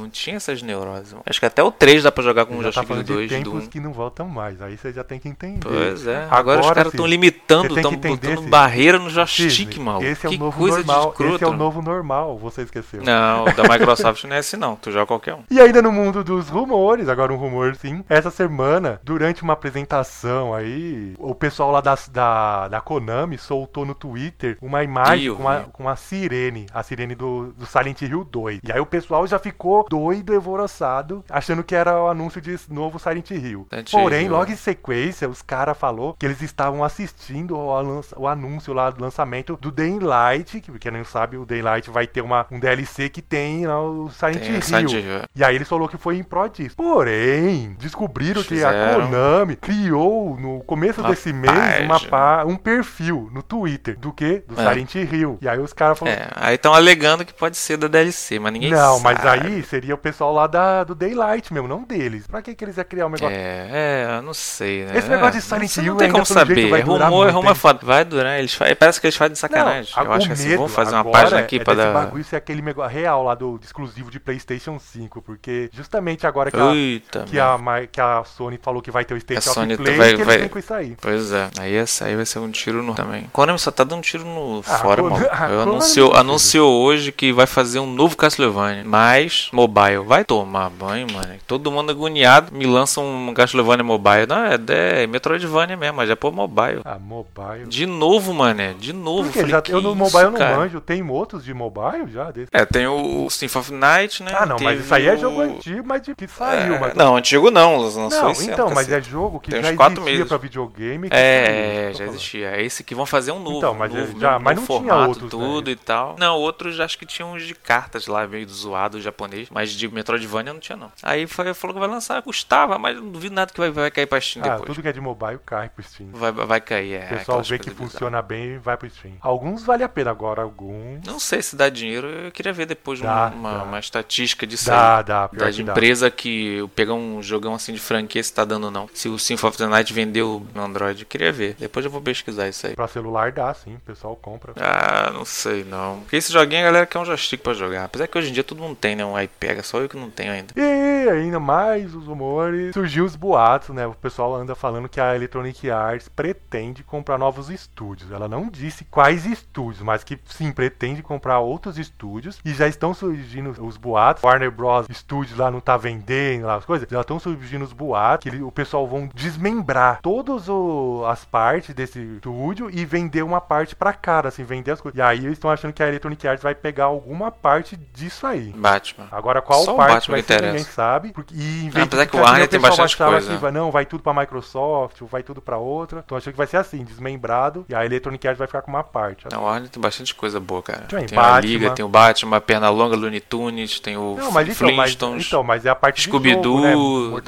[SPEAKER 3] não tinha essas neuroses. mano. Acho que até o 3 dá pra jogar com o
[SPEAKER 2] já tá
[SPEAKER 3] joystick do
[SPEAKER 2] falando de
[SPEAKER 3] 2 do
[SPEAKER 2] tempos
[SPEAKER 3] 1.
[SPEAKER 2] que não voltam mais. Aí você já tem que entender.
[SPEAKER 3] Pois é, agora, os caras
[SPEAKER 2] filho,
[SPEAKER 3] estão
[SPEAKER 2] você
[SPEAKER 3] limitando,
[SPEAKER 2] tem
[SPEAKER 3] estão
[SPEAKER 2] que entender,
[SPEAKER 3] botando
[SPEAKER 2] Cisne.
[SPEAKER 3] barreira no joystick,
[SPEAKER 2] Disney,
[SPEAKER 3] maluco.
[SPEAKER 2] Esse é
[SPEAKER 3] que
[SPEAKER 2] o novo
[SPEAKER 3] coisa de
[SPEAKER 2] normal.
[SPEAKER 3] escroto.
[SPEAKER 2] esse é o
[SPEAKER 3] mano.
[SPEAKER 2] novo normal, você esqueceu.
[SPEAKER 3] Não, o da Microsoft não é assim não, tu joga qualquer um.
[SPEAKER 2] E ainda no mundo dos rumores, agora um rumor sim. Essa semana, durante uma apresentação aí, o pessoal lá da, da, da Konami soltou no Twitter uma
[SPEAKER 3] Ih,
[SPEAKER 2] imagem
[SPEAKER 3] eu
[SPEAKER 2] com uma,
[SPEAKER 3] vi.
[SPEAKER 2] com uma sirene, a sirene do, do Silent Hill 2. E aí o pessoal já ficou doido, alvoroçado, achando que era o anúncio de novo Silent Hill.
[SPEAKER 3] Silent
[SPEAKER 2] Porém,
[SPEAKER 3] Hill.
[SPEAKER 2] logo em sequência, os caras falou que eles estavam assistindo ao lança- o anúncio lá do lançamento do Daylight, que quem não sabe, o Daylight vai ter uma, um DLC que tem lá o Silent
[SPEAKER 3] Tem
[SPEAKER 2] Hill.
[SPEAKER 3] Silent Hill.
[SPEAKER 2] E aí ele falou que foi em pró disso. Porém, descobriram que a
[SPEAKER 3] Fizeram.
[SPEAKER 2] Konami criou no começo
[SPEAKER 3] Uma
[SPEAKER 2] desse mês uma
[SPEAKER 3] página.
[SPEAKER 2] pá- um perfil no Twitter do que do
[SPEAKER 3] É.
[SPEAKER 2] Silent Hill. E aí os caras falaram
[SPEAKER 3] É, aí estão alegando que pode ser da DLC, mas ninguém
[SPEAKER 2] Não,
[SPEAKER 3] sabe.
[SPEAKER 2] mas aí seria o pessoal lá da, do Daylight mesmo, não deles. Pra que, que eles iam criar um negócio?
[SPEAKER 3] É, é, eu não sei, né?
[SPEAKER 2] Esse negócio de
[SPEAKER 3] É,
[SPEAKER 2] Silent
[SPEAKER 3] você
[SPEAKER 2] Hill
[SPEAKER 3] não tem
[SPEAKER 2] ainda,
[SPEAKER 3] como
[SPEAKER 2] pelo jeito,
[SPEAKER 3] saber.
[SPEAKER 2] vai
[SPEAKER 3] É
[SPEAKER 2] durar
[SPEAKER 3] rumor, é
[SPEAKER 2] muito,
[SPEAKER 3] rumor
[SPEAKER 2] hein?
[SPEAKER 3] foda. Vai durar, eles fa- parece que eles fazem de sacanagem.
[SPEAKER 2] Não,
[SPEAKER 3] eu acho
[SPEAKER 2] o
[SPEAKER 3] que assim,
[SPEAKER 2] medo
[SPEAKER 3] vamos fazer uma
[SPEAKER 2] agora
[SPEAKER 3] página aqui
[SPEAKER 2] é
[SPEAKER 3] pra
[SPEAKER 2] desse
[SPEAKER 3] dar.
[SPEAKER 2] bagulho ser aquele negócio real lá do, do exclusivo de PlayStation 5, porque justamente agora que a,
[SPEAKER 3] Eita,
[SPEAKER 2] que a, Ma- que a Sony falou que vai ter o State
[SPEAKER 3] A
[SPEAKER 2] of
[SPEAKER 3] Sony
[SPEAKER 2] Play,
[SPEAKER 3] vai-
[SPEAKER 2] que eles
[SPEAKER 3] vai-
[SPEAKER 2] vêm com isso aí.
[SPEAKER 3] Pois é, aí essa aí vai ser um tiro no também. Konami só tá dando tiro no
[SPEAKER 2] Ah,
[SPEAKER 3] fora,
[SPEAKER 2] Konami-
[SPEAKER 3] mano.
[SPEAKER 2] ah, Konami
[SPEAKER 3] Anunciou,
[SPEAKER 2] não precisa.
[SPEAKER 3] anunciou hoje que vai fazer um novo Castlevania, mas mobile. Vai tomar banho, mano. Todo mundo agoniado me lança um Castlevania mobile. Não, é, é Metroidvania mesmo, mas é pô mobile.
[SPEAKER 2] Ah, mobile.
[SPEAKER 3] De novo, mané, de novo.
[SPEAKER 2] Porque
[SPEAKER 3] Falei,
[SPEAKER 2] já,
[SPEAKER 3] que
[SPEAKER 2] eu no
[SPEAKER 3] isso,
[SPEAKER 2] mobile eu não
[SPEAKER 3] cara?
[SPEAKER 2] manjo. Tem outros de mobile já? Desse?
[SPEAKER 3] É, tem o Symphony of Night, né?
[SPEAKER 2] Ah, não,
[SPEAKER 3] Teve
[SPEAKER 2] mas mas isso aí é jogo antigo, mas de que saiu.
[SPEAKER 3] É,
[SPEAKER 2] mas-
[SPEAKER 3] Não, antigo não, lançou
[SPEAKER 2] Não,
[SPEAKER 3] esse ano, tá
[SPEAKER 2] então, mas é
[SPEAKER 3] cacete.
[SPEAKER 2] jogo que
[SPEAKER 3] Tem uns
[SPEAKER 2] já
[SPEAKER 3] quatro
[SPEAKER 2] existia
[SPEAKER 3] meses.
[SPEAKER 2] pra videogame. que saiu, então,
[SPEAKER 3] É,
[SPEAKER 2] tô
[SPEAKER 3] já
[SPEAKER 2] falando.
[SPEAKER 3] existia. É esse que vão fazer um novo.
[SPEAKER 2] Então, mas
[SPEAKER 3] um novo,
[SPEAKER 2] já-
[SPEAKER 3] mesmo,
[SPEAKER 2] mas
[SPEAKER 3] novo
[SPEAKER 2] não tinha
[SPEAKER 3] formato,
[SPEAKER 2] outros, né?
[SPEAKER 3] tudo e tal. Não, outros acho que tinham uns de cartas lá, meio zoado japonês. Mas de Metroidvania não tinha, não. Aí foi- falou que vai lançar, custava, mas não duvido nada que vai, vai cair pra Steam
[SPEAKER 2] Ah,
[SPEAKER 3] depois.
[SPEAKER 2] tudo que é de mobile cai pro Steam.
[SPEAKER 3] Vai, vai cair, é.
[SPEAKER 2] O pessoal
[SPEAKER 3] aquelas
[SPEAKER 2] vê que
[SPEAKER 3] coisas bizarras.
[SPEAKER 2] funciona bem e vai pro Steam. Alguns vale a pena, agora alguns.
[SPEAKER 3] Não sei se dá dinheiro, eu queria ver depois
[SPEAKER 2] Dá,
[SPEAKER 3] uma, uma,
[SPEAKER 2] dá.
[SPEAKER 3] uma estatística disso
[SPEAKER 2] Dá,
[SPEAKER 3] aí.
[SPEAKER 2] dá, pior
[SPEAKER 3] Da
[SPEAKER 2] que dá.
[SPEAKER 3] empresa que pegar um jogão assim de franquia se tá dando ou não. Se o Symphony of the Night vendeu no Android, eu queria ver. Depois eu vou pesquisar isso aí.
[SPEAKER 2] Pra celular dá, sim, o pessoal compra.
[SPEAKER 3] Ah, não sei não. Porque esse joguinho a galera quer um joystick pra jogar. Apesar que hoje em dia todo mundo tem, né? Um iPega, só eu que não tenho ainda.
[SPEAKER 2] E ainda mais os rumores, surgiu os boatos, né? O pessoal anda falando que a Electronic Arts pretende comprar novos estúdios. Ela não disse quais estúdios, mas que sim, pretende comprar outros estúdios. E já estão surgindo os boatos. Warner Bros. Studios lá não tá vendendo lá as coisas. Já estão surgindo os boatos que ele- o pessoal vão desmembrar todas o- as partes desse estúdio e vender uma parte pra cara, assim, vender as coisas. E aí eles estão achando que a Electronic Arts vai pegar alguma parte disso aí.
[SPEAKER 3] Batman.
[SPEAKER 2] Agora, qual
[SPEAKER 3] Só o
[SPEAKER 2] parte
[SPEAKER 3] Batman
[SPEAKER 2] vai
[SPEAKER 3] que
[SPEAKER 2] ser,
[SPEAKER 3] interessa.
[SPEAKER 2] ninguém sabe. Porque, e em vez
[SPEAKER 3] apesar
[SPEAKER 2] de
[SPEAKER 3] que
[SPEAKER 2] ficar
[SPEAKER 3] o Warner
[SPEAKER 2] dinheiro,
[SPEAKER 3] tem
[SPEAKER 2] pessoal
[SPEAKER 3] bastante
[SPEAKER 2] achava
[SPEAKER 3] coisa.
[SPEAKER 2] que vai- não, vai tudo pra Microsoft, ou vai tudo pra outra. Então, achando que vai ser assim, desmembrado. E a Electronic Arts vai ficar com uma parte.
[SPEAKER 3] Não, o Então, Warner tem bastante coisa boa, cara.
[SPEAKER 2] Tem
[SPEAKER 3] Tem,
[SPEAKER 2] Batman.
[SPEAKER 3] a Liga, tem o Batman, a Pernalonga, Looney Tunes, tem o
[SPEAKER 2] Não, mas então, mas,
[SPEAKER 3] Flintstones.
[SPEAKER 2] então, mas é a parte de jogo,
[SPEAKER 3] Scooby-Doo,
[SPEAKER 2] né?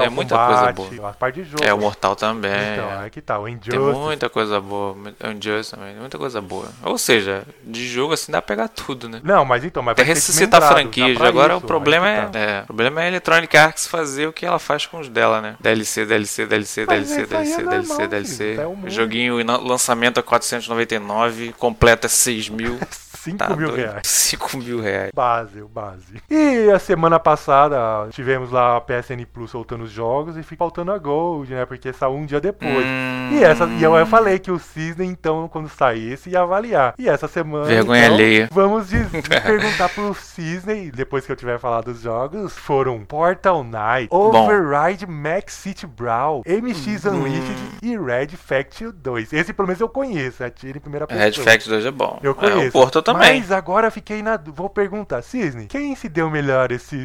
[SPEAKER 3] é muita coisa
[SPEAKER 2] boa. A parte de jogo.
[SPEAKER 3] é, o Mortal também.
[SPEAKER 2] Então, é que tal. O
[SPEAKER 3] Tem
[SPEAKER 2] Injustice.
[SPEAKER 3] muita coisa boa. Unjust também, muita coisa boa. Ou seja, de jogo assim dá pra pegar tudo, né?
[SPEAKER 2] Não, mas então, mas
[SPEAKER 3] Até
[SPEAKER 2] vai ser
[SPEAKER 3] ressuscitar
[SPEAKER 2] desmembrado,
[SPEAKER 3] franquias.
[SPEAKER 2] dá pra
[SPEAKER 3] Agora
[SPEAKER 2] isso,
[SPEAKER 3] o problema
[SPEAKER 2] aí que
[SPEAKER 3] é,
[SPEAKER 2] tá.
[SPEAKER 3] é, O problema é a Electronic Arts fazer o que ela faz com os dela, né? DLC, DLC, DLC,
[SPEAKER 2] Mas isso
[SPEAKER 3] DLC,
[SPEAKER 2] aí é
[SPEAKER 3] DLC,
[SPEAKER 2] normal,
[SPEAKER 3] DLC,
[SPEAKER 2] filho,
[SPEAKER 3] DLC.
[SPEAKER 2] isso é o mundo.
[SPEAKER 3] Joguinho na- lançamento é a 499, completo é 6
[SPEAKER 2] <laughs>
[SPEAKER 3] mil.
[SPEAKER 2] 5
[SPEAKER 3] Tá
[SPEAKER 2] mil
[SPEAKER 3] doido.
[SPEAKER 2] reais.
[SPEAKER 3] 5 mil reais.
[SPEAKER 2] Base, o base. E a semana passada tivemos lá a PSN Plus soltando os jogos e fica faltando a Gold, né? Porque saiu um dia depois.
[SPEAKER 3] Hum,
[SPEAKER 2] E, essa, e eu, eu falei que o Cisne, então, quando saísse, ia avaliar. E essa semana.
[SPEAKER 3] Vergonha
[SPEAKER 2] então,
[SPEAKER 3] alheia.
[SPEAKER 2] Vamos
[SPEAKER 3] <laughs>
[SPEAKER 2] diz- perguntar pro Cisne, depois que eu tiver falado dos jogos, foram Portal Knight, Override, Max City Brawl, MX
[SPEAKER 3] Hum.
[SPEAKER 2] Unleashed e Red Faction 2. Esse pelo menos eu conheço, atira em primeira pessoa.
[SPEAKER 3] Red Fact 2 é bom.
[SPEAKER 2] Eu conheço.
[SPEAKER 3] É, o Porto também.
[SPEAKER 2] Mas agora eu fiquei na dú- Vou perguntar, Cisne, quem se deu melhor esse,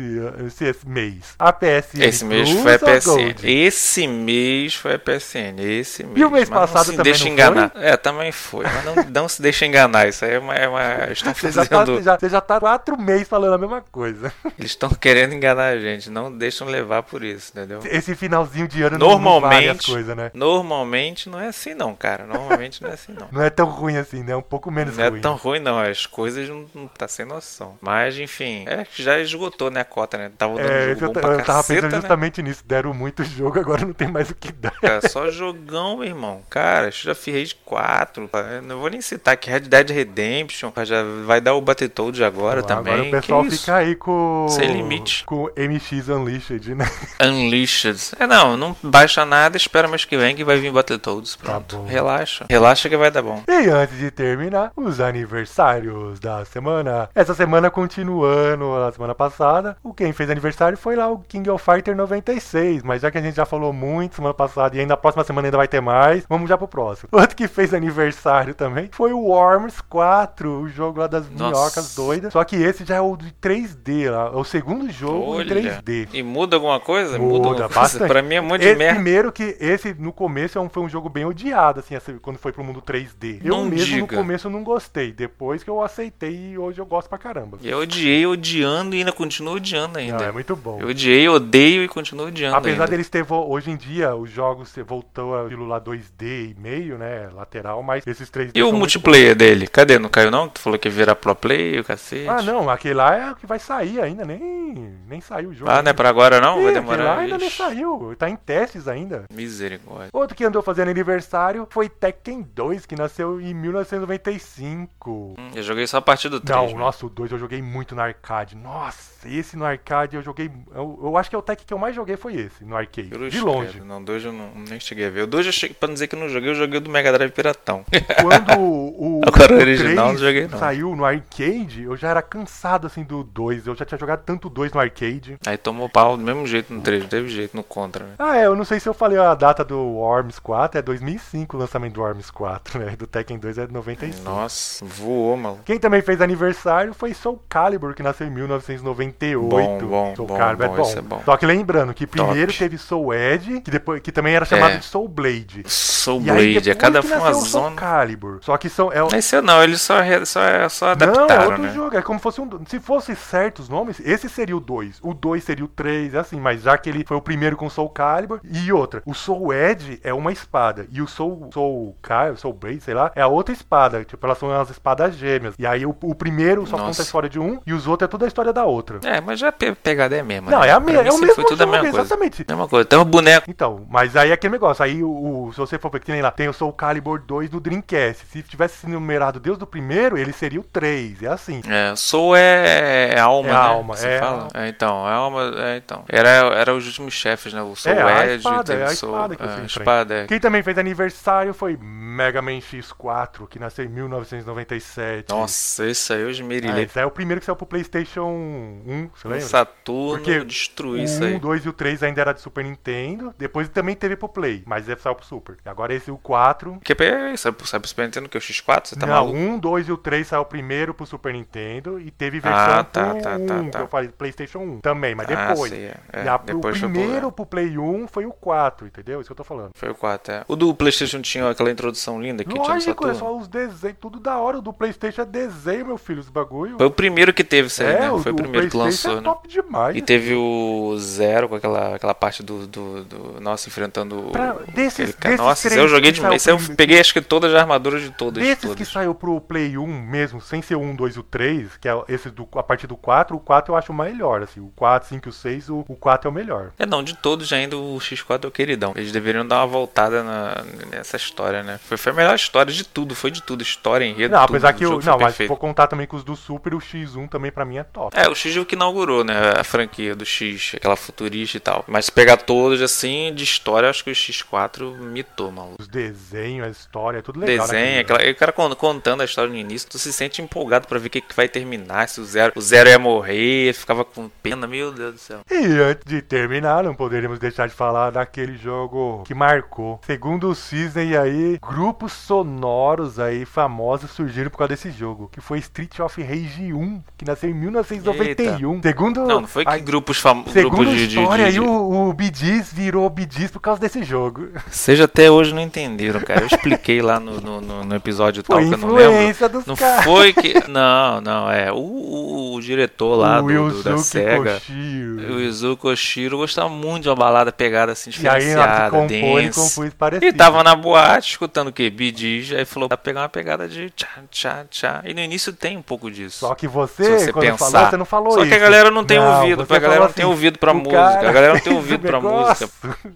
[SPEAKER 2] esse, esse mês? A PSN
[SPEAKER 3] Esse mês
[SPEAKER 2] Plus
[SPEAKER 3] foi a
[SPEAKER 2] ou
[SPEAKER 3] PSN.
[SPEAKER 2] Gold?
[SPEAKER 3] Esse mês foi a PSN. Esse mês.
[SPEAKER 2] o mês
[SPEAKER 3] Mas não
[SPEAKER 2] passado
[SPEAKER 3] se
[SPEAKER 2] também
[SPEAKER 3] deixa
[SPEAKER 2] não
[SPEAKER 3] enganar. É, também foi. Mas não, não <laughs> se deixa enganar. Isso aí é uma. É
[SPEAKER 2] <laughs>
[SPEAKER 3] uma estão
[SPEAKER 2] Você já, tá,
[SPEAKER 3] fazendo.
[SPEAKER 2] você, já, você já tá quatro meses falando a mesma coisa.
[SPEAKER 3] Eles estão querendo enganar a gente. Não deixam levar por isso, entendeu?
[SPEAKER 2] <laughs> Esse finalzinho de ano não- não vale as
[SPEAKER 3] Normalmente-
[SPEAKER 2] coisas, né?
[SPEAKER 3] Normalmente não é assim, não, cara. Normalmente não é
[SPEAKER 2] <laughs>
[SPEAKER 3] assim, não.
[SPEAKER 2] Não é tão ruim assim, né? Um pouco menos
[SPEAKER 3] Não é
[SPEAKER 2] ruim.
[SPEAKER 3] tão ruim, não. As coisas não, não tá sem noção. Mas, enfim, é que já esgotou, né, a cota, né? Tava dando
[SPEAKER 2] É,
[SPEAKER 3] jogo
[SPEAKER 2] eu,
[SPEAKER 3] bom
[SPEAKER 2] ta-
[SPEAKER 3] pra
[SPEAKER 2] eu tava
[SPEAKER 3] caceta,
[SPEAKER 2] pensando
[SPEAKER 3] né?
[SPEAKER 2] justamente nisso. Deram muito jogo, agora não tem mais o que dar.
[SPEAKER 3] Cara, só jogão, meu irmão. Cara, Street of Rage 4. eu Não vou nem citar que Red Dead Redemption já vai dar o Battletoads agora também.
[SPEAKER 2] Agora o pessoal
[SPEAKER 3] que isso?
[SPEAKER 2] fica aí com.
[SPEAKER 3] Sem limite.
[SPEAKER 2] Com MX Unleashed, né?
[SPEAKER 3] Unleashed. É, não, não baixa nada, espera mês que vem que vai vir Battletoads. Pronto.
[SPEAKER 2] Tá bom.
[SPEAKER 3] Relaxa. Relaxa que vai dar bom.
[SPEAKER 2] E antes de terminar, os aniversários da semana. Essa semana continuando a semana passada, o quem fez aniversário foi lá o King of Fighter 96, mas já que a gente já falou muito semana passada e ainda a próxima semana ainda vai ter mais, vamos já pro próximo. <laughs> Outro que fez aniversário também foi o Worms 4, o jogo lá das
[SPEAKER 3] Nossa.
[SPEAKER 2] minhocas doidas. Só que esse já é o de 3D lá, é o segundo jogo em
[SPEAKER 3] Olha.
[SPEAKER 2] 3D.
[SPEAKER 3] E muda alguma coisa?
[SPEAKER 2] Muda
[SPEAKER 3] alguma
[SPEAKER 2] bastante.
[SPEAKER 3] coisa. Pra mim é muito
[SPEAKER 2] Esse
[SPEAKER 3] de merda.
[SPEAKER 2] primeiro que esse no começo é um- foi um jogo bem odiado, assim, assim, quando foi pro mundo 3D. Eu
[SPEAKER 3] Não
[SPEAKER 2] mesmo no
[SPEAKER 3] diga.
[SPEAKER 2] começo não gostei, depois que eu aceitei e hoje eu gosto pra caramba.
[SPEAKER 3] Eu odiei, odiando e ainda continuo odiando
[SPEAKER 2] Não, é
[SPEAKER 3] ainda.
[SPEAKER 2] muito bom.
[SPEAKER 3] Eu odiei, odeio e continuo odiando
[SPEAKER 2] Apesar
[SPEAKER 3] ainda.
[SPEAKER 2] deles ter, vo- hoje em dia, os jogos se- voltou aquilo lá 2D e meio, né, lateral, mas esses 3D
[SPEAKER 3] E o
[SPEAKER 2] são muito
[SPEAKER 3] multiplayer dele? Cadê? Não caiu não? Tu falou que ia virar pro play, o cacete.
[SPEAKER 2] bons. Ah, não, aquele lá é o que vai sair ainda, nem, nem saiu o jogo.
[SPEAKER 3] Ah, não é pra agora não?
[SPEAKER 2] Ih,
[SPEAKER 3] Vai
[SPEAKER 2] aquele lá
[SPEAKER 3] demorar.
[SPEAKER 2] ainda nem
[SPEAKER 3] Ixi,
[SPEAKER 2] saiu, tá em testes ainda.
[SPEAKER 3] Misericórdia.
[SPEAKER 2] Outro que andou fazendo aniversário foi Tekken 2, que nasceu em 1995.
[SPEAKER 3] Hum, Eu joguei só a partir do 3.
[SPEAKER 2] Não, nossa, o 2 eu joguei muito no arcade. Nossa, esse no arcade eu joguei. Eu, eu acho que é o Tekken que eu mais joguei foi esse, no arcade. de longe.
[SPEAKER 3] Não, dois eu não, nem cheguei a ver. O 2 eu cheguei, pra não dizer que eu não joguei, eu joguei o do Mega
[SPEAKER 2] <laughs>
[SPEAKER 3] Drive Piratão.
[SPEAKER 2] Quando o, o,
[SPEAKER 3] <laughs> Agora o
[SPEAKER 2] o
[SPEAKER 3] original eu
[SPEAKER 2] 3
[SPEAKER 3] não joguei, não.
[SPEAKER 2] saiu no arcade, eu já era cansado assim do 2. Eu já tinha jogado tanto o 2 no arcade.
[SPEAKER 3] Aí tomou pau do mesmo jeito no 3, não teve jeito, no Contra, né?
[SPEAKER 2] Ah, é, eu não sei se eu falei a data do Worms 4, é 2005 o lançamento do Worms 4, né? Do Tekken 2 é 95.
[SPEAKER 3] Nossa, voou, maluco.
[SPEAKER 2] Quem também fez aniversário foi Soul Calibur, que nasceu em 1991. P8.
[SPEAKER 3] Bom, bom,
[SPEAKER 2] Soul
[SPEAKER 3] bom,
[SPEAKER 2] Calibur
[SPEAKER 3] bom,
[SPEAKER 2] é, bom.
[SPEAKER 3] esse é bom.
[SPEAKER 2] Só que lembrando que primeiro
[SPEAKER 3] Top.
[SPEAKER 2] teve Soul Edge, que, depois, que também era chamado
[SPEAKER 3] É.
[SPEAKER 2] de Soul Blade.
[SPEAKER 3] Soul
[SPEAKER 2] E aí
[SPEAKER 3] Blade, é
[SPEAKER 2] depois
[SPEAKER 3] cada
[SPEAKER 2] que
[SPEAKER 3] foi uma
[SPEAKER 2] nasceu o Soul
[SPEAKER 3] zona.
[SPEAKER 2] Calibur. Só que são, é, o-
[SPEAKER 3] Esse não, eles só, re- só, só
[SPEAKER 2] não, é
[SPEAKER 3] adaptaram,
[SPEAKER 2] outro
[SPEAKER 3] né?
[SPEAKER 2] jogo. É como se fosse um. Se fosse certos nomes, esse seria o 2. O 2 seria o 3, é assim. Mas já que ele foi o primeiro com Soul Calibur. E outra, o Soul Edge é uma espada. E o Soul, Soul Calibur, Soul Blade, sei lá, é a outra espada. Tipo, elas são as espadas gêmeas. E aí o, o primeiro só
[SPEAKER 3] Nossa.
[SPEAKER 2] conta a história de um e os outros é tudo a história da outra.
[SPEAKER 3] É, mas já pe pegada é a mesma.
[SPEAKER 2] Não,
[SPEAKER 3] né?
[SPEAKER 2] é, a
[SPEAKER 3] Pra
[SPEAKER 2] me, é
[SPEAKER 3] mim
[SPEAKER 2] o
[SPEAKER 3] sempre
[SPEAKER 2] mesmo
[SPEAKER 3] foi tudo a
[SPEAKER 2] jogo,
[SPEAKER 3] mesma coisa.
[SPEAKER 2] exatamente.
[SPEAKER 3] Mesma coisa. Tem um boneco.
[SPEAKER 2] Então, mas aí é aquele negócio, aí o, o- se você for ver que nem lá, tem o Soul Calibur 2 no Dreamcast. Se tivesse sido numerado Deus do primeiro, ele seria o 3, é assim.
[SPEAKER 3] É, Soul é, é alma,
[SPEAKER 2] É
[SPEAKER 3] né?
[SPEAKER 2] alma,
[SPEAKER 3] Você
[SPEAKER 2] é
[SPEAKER 3] fala?
[SPEAKER 2] alma.
[SPEAKER 3] É, então, é alma, é, então. Era, era os últimos chefes, né? O Soul
[SPEAKER 2] É,
[SPEAKER 3] Edge, teve Soul...
[SPEAKER 2] que você
[SPEAKER 3] é, a
[SPEAKER 2] enfrenta.
[SPEAKER 3] espada, é.
[SPEAKER 2] Quem também fez aniversário foi Mega Man X4, que nasceu em 1997.
[SPEAKER 3] é. Nossa, isso aí eu esmerilhei.
[SPEAKER 2] Esse é o primeiro que saiu pro PlayStation 1, você
[SPEAKER 3] Um
[SPEAKER 2] lembra?
[SPEAKER 3] Saturno
[SPEAKER 2] Porque
[SPEAKER 3] destruiu isso
[SPEAKER 2] O 1,
[SPEAKER 3] aí.
[SPEAKER 2] 2 e o 3 ainda era de Super Nintendo. Depois também teve pro Play, mas esse saiu pro Super. E Agora esse o 4.
[SPEAKER 3] Que é isso? Sabe pro Super Nintendo que é o X4? Você tá
[SPEAKER 2] não,
[SPEAKER 3] maluco?
[SPEAKER 2] 1, 2 e o 3 saiu primeiro pro Super Nintendo e teve versão
[SPEAKER 3] Ah, tá,
[SPEAKER 2] pro
[SPEAKER 3] tá,
[SPEAKER 2] 1,
[SPEAKER 3] tá,
[SPEAKER 2] que
[SPEAKER 3] tá.
[SPEAKER 2] eu falei, PlayStation 1 também, mas
[SPEAKER 3] Ah,
[SPEAKER 2] um depois.
[SPEAKER 3] sei, é. É,
[SPEAKER 2] e a,
[SPEAKER 3] depois né?
[SPEAKER 2] o
[SPEAKER 3] foi pro-
[SPEAKER 2] primeiro pro Play 1 foi o 4, entendeu? Isso que eu tô falando.
[SPEAKER 3] Foi o 4, é. O do PlayStation tinha aquela introdução linda que tinha no
[SPEAKER 2] Lógico, é
[SPEAKER 3] Saturno.
[SPEAKER 2] só os desenhos, tudo da hora. O do Playstation é desenho, meu filho, os bagulho.
[SPEAKER 3] Foi o primeiro que teve isso aí,
[SPEAKER 2] é,
[SPEAKER 3] né?
[SPEAKER 2] o,
[SPEAKER 3] Foi o
[SPEAKER 2] do
[SPEAKER 3] primeiro que
[SPEAKER 2] PlayStation
[SPEAKER 3] lançou,
[SPEAKER 2] é
[SPEAKER 3] né?
[SPEAKER 2] top demais.
[SPEAKER 3] E teve o Zero com aquela, aquela parte do, do, do- Nossa, enfrentando o.
[SPEAKER 2] Pra- desses-
[SPEAKER 3] aquele
[SPEAKER 2] desses
[SPEAKER 3] Nossa,
[SPEAKER 2] três
[SPEAKER 3] eu joguei
[SPEAKER 2] que
[SPEAKER 3] de
[SPEAKER 2] saiu
[SPEAKER 3] esse eu
[SPEAKER 2] primeiro-
[SPEAKER 3] peguei acho que todas as armaduras de todas.
[SPEAKER 2] Desses
[SPEAKER 3] todas.
[SPEAKER 2] que saiu pro Play 1 mesmo, sem ser o 1, 2 e o 3, que é esse do, a partir do 4, o 4 eu acho o melhor, assim. O 4, 5 e o 6, o, o 4 é o melhor.
[SPEAKER 3] É, não, de todos ainda o X4 é o queridão. Eles deveriam dar uma voltada na- nessa história, né? Foi, foi a melhor história de tudo, foi de tudo. História, enredo,
[SPEAKER 2] Não,
[SPEAKER 3] É tudo.
[SPEAKER 2] apesar que
[SPEAKER 3] o
[SPEAKER 2] eu,
[SPEAKER 3] jogo foi
[SPEAKER 2] não, mas se
[SPEAKER 3] perfeito.
[SPEAKER 2] for contar também com os do Super, o X1 também pra mim é top.
[SPEAKER 3] É, o X é o que inaugurou, né? A franquia do X, aquela futurista e tal. Mas se pegar todos, assim, de história, eu acho que o X4 mitou, maluco.
[SPEAKER 2] Os desenhos, a história, é tudo legal.
[SPEAKER 3] Desenho,
[SPEAKER 2] naquele-
[SPEAKER 3] aquela, e o cara con- contando a história no início, tu se sente empolgado pra ver o que, que vai terminar, se o zero, o zero ia morrer, ficava com pena, meu Deus do céu.
[SPEAKER 2] E antes de terminar, não poderíamos deixar de falar daquele jogo que marcou. Segundo o Cisne, aí, grupos sonoros aí famosos surgiram por causa desse jogo, que foi Street of Rage 1, que nasceu em 1991. Segundo
[SPEAKER 3] Não, não foi que
[SPEAKER 2] a-
[SPEAKER 3] grupos famosos.
[SPEAKER 2] Segundo
[SPEAKER 3] Grupos
[SPEAKER 2] a
[SPEAKER 3] de, de,
[SPEAKER 2] história, aí
[SPEAKER 3] de-
[SPEAKER 2] o, o Bidiz virou Bidiz por causa desse jogo.
[SPEAKER 3] Seja até hoje não entenderam, cara. Eu expliquei lá no, no, no- no episódio tal
[SPEAKER 2] Foi
[SPEAKER 3] que eu não lembro.
[SPEAKER 2] influência dos
[SPEAKER 3] Não
[SPEAKER 2] caras.
[SPEAKER 3] foi que. Não, não, é. O, o- o diretor lá
[SPEAKER 2] o
[SPEAKER 3] do, do- da
[SPEAKER 2] Yuzuki
[SPEAKER 3] SEGA.
[SPEAKER 2] Koshiro.
[SPEAKER 3] O Izuko Oshiro gostava muito de uma balada pegada assim,
[SPEAKER 2] E aí ela se
[SPEAKER 3] diferenciada,
[SPEAKER 2] compõe e
[SPEAKER 3] dance.
[SPEAKER 2] compôs um parecido.
[SPEAKER 3] E tava na boate escutando o que? Bidiz, aí falou pra pegar uma pegada de tchá, tchá, tchá. E no início tem um pouco disso.
[SPEAKER 2] Só que você,
[SPEAKER 3] Se você
[SPEAKER 2] quando
[SPEAKER 3] pensar.
[SPEAKER 2] falou, você não falou
[SPEAKER 3] Só
[SPEAKER 2] isso.
[SPEAKER 3] que a galera não tem ouvido,
[SPEAKER 2] você
[SPEAKER 3] a galera
[SPEAKER 2] falou assim,
[SPEAKER 3] não tem ouvido pra
[SPEAKER 2] "O
[SPEAKER 3] música,
[SPEAKER 2] cara
[SPEAKER 3] a galera
[SPEAKER 2] <laughs>
[SPEAKER 3] não tem
[SPEAKER 2] fez
[SPEAKER 3] ouvido
[SPEAKER 2] um
[SPEAKER 3] pra
[SPEAKER 2] negócio".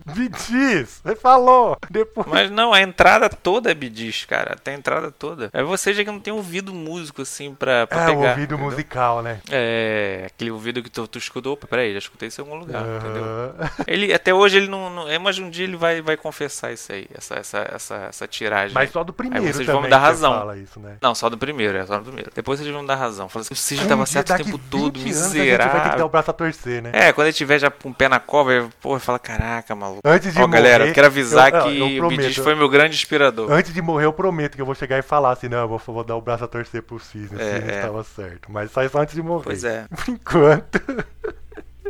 [SPEAKER 2] <laughs> Me diz, você falou. Depois
[SPEAKER 3] Mas não, a entrada toda é Bidiz, cara. Tem a entrada toda. É você já que não tem ouvido músico assim pra, pra
[SPEAKER 2] é o
[SPEAKER 3] pegar.
[SPEAKER 2] ouvido
[SPEAKER 3] entendeu?
[SPEAKER 2] musical, né?
[SPEAKER 3] É, aquele ouvido que tu, tu escutou. Opa, peraí, já escutei isso em algum lugar, entendeu?
[SPEAKER 2] Aham.
[SPEAKER 3] Ele, até hoje ele não, não- É, mas um dia ele vai, vai confessar isso aí, essa, essa, essa, essa tiragem.
[SPEAKER 2] Mas só do primeiro
[SPEAKER 3] Aí vocês
[SPEAKER 2] também
[SPEAKER 3] vão me dar
[SPEAKER 2] que
[SPEAKER 3] razão.
[SPEAKER 2] Fala isso, né?
[SPEAKER 3] Não, só do primeiro, é só do primeiro. Depois vocês vão me dar razão. Fala assim, o Cid
[SPEAKER 2] Um
[SPEAKER 3] tava
[SPEAKER 2] dia,
[SPEAKER 3] certo o
[SPEAKER 2] daqui
[SPEAKER 3] tempo
[SPEAKER 2] 20
[SPEAKER 3] todo,
[SPEAKER 2] anos, a gente vai ter que dar
[SPEAKER 3] miserável.
[SPEAKER 2] o braço a torcer, né?
[SPEAKER 3] É, quando ele tiver já com um pé na cova, ele, porra, fala, caraca, maluco.
[SPEAKER 2] Antes de
[SPEAKER 3] Ó, galera,
[SPEAKER 2] morrer,
[SPEAKER 3] eu quero avisar
[SPEAKER 2] eu- eu- eu
[SPEAKER 3] que o
[SPEAKER 2] prometo.
[SPEAKER 3] Bidiz foi meu grande inspirador.
[SPEAKER 2] Antes de morrer, eu prometo que eu vou chegar e falar assim: não, eu vou, vou dar o braço a torcer né? pro Cisne.
[SPEAKER 3] É,
[SPEAKER 2] o Cisne
[SPEAKER 3] é.
[SPEAKER 2] estava certo. Mas só isso antes de morrer.
[SPEAKER 3] Pois é.
[SPEAKER 2] Por enquanto, <laughs>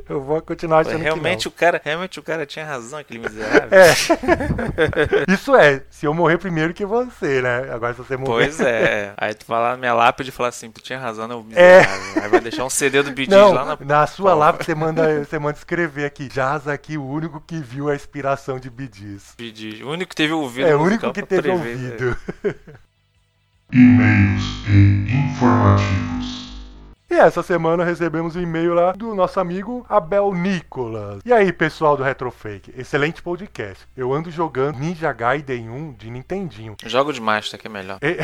[SPEAKER 2] eu vou continuar achando
[SPEAKER 3] Realmente
[SPEAKER 2] que
[SPEAKER 3] o cara, realmente o cara tinha razão, aquele miserável.
[SPEAKER 2] não. É. <laughs> isso é, se eu morrer primeiro que você, né? Agora se você morrer.
[SPEAKER 3] Pois é. Aí tu vai lá na minha lápide e fala assim, tu tinha razão, né, o
[SPEAKER 2] É.
[SPEAKER 3] miserável. Aí vai deixar um CD do Bidiz
[SPEAKER 2] Não,
[SPEAKER 3] lá na
[SPEAKER 2] na, sua
[SPEAKER 3] Porra.
[SPEAKER 2] lápide você manda, você manda escrever aqui. Jaz aqui, o único que viu a inspiração de Bidiz.
[SPEAKER 3] Bidiz. O único que teve ouvido.
[SPEAKER 2] É o
[SPEAKER 3] musical
[SPEAKER 2] único que
[SPEAKER 3] pra
[SPEAKER 2] teve
[SPEAKER 3] prever, né?
[SPEAKER 2] ouvido.
[SPEAKER 1] E-mails e informativos.
[SPEAKER 2] E essa semana recebemos um e-mail lá do nosso amigo Abel Nicolas. E aí, pessoal do Retrofake, excelente podcast. Eu ando jogando Ninja Gaiden 1 de Nintendinho.
[SPEAKER 3] Jogo de Master que é melhor.
[SPEAKER 2] E,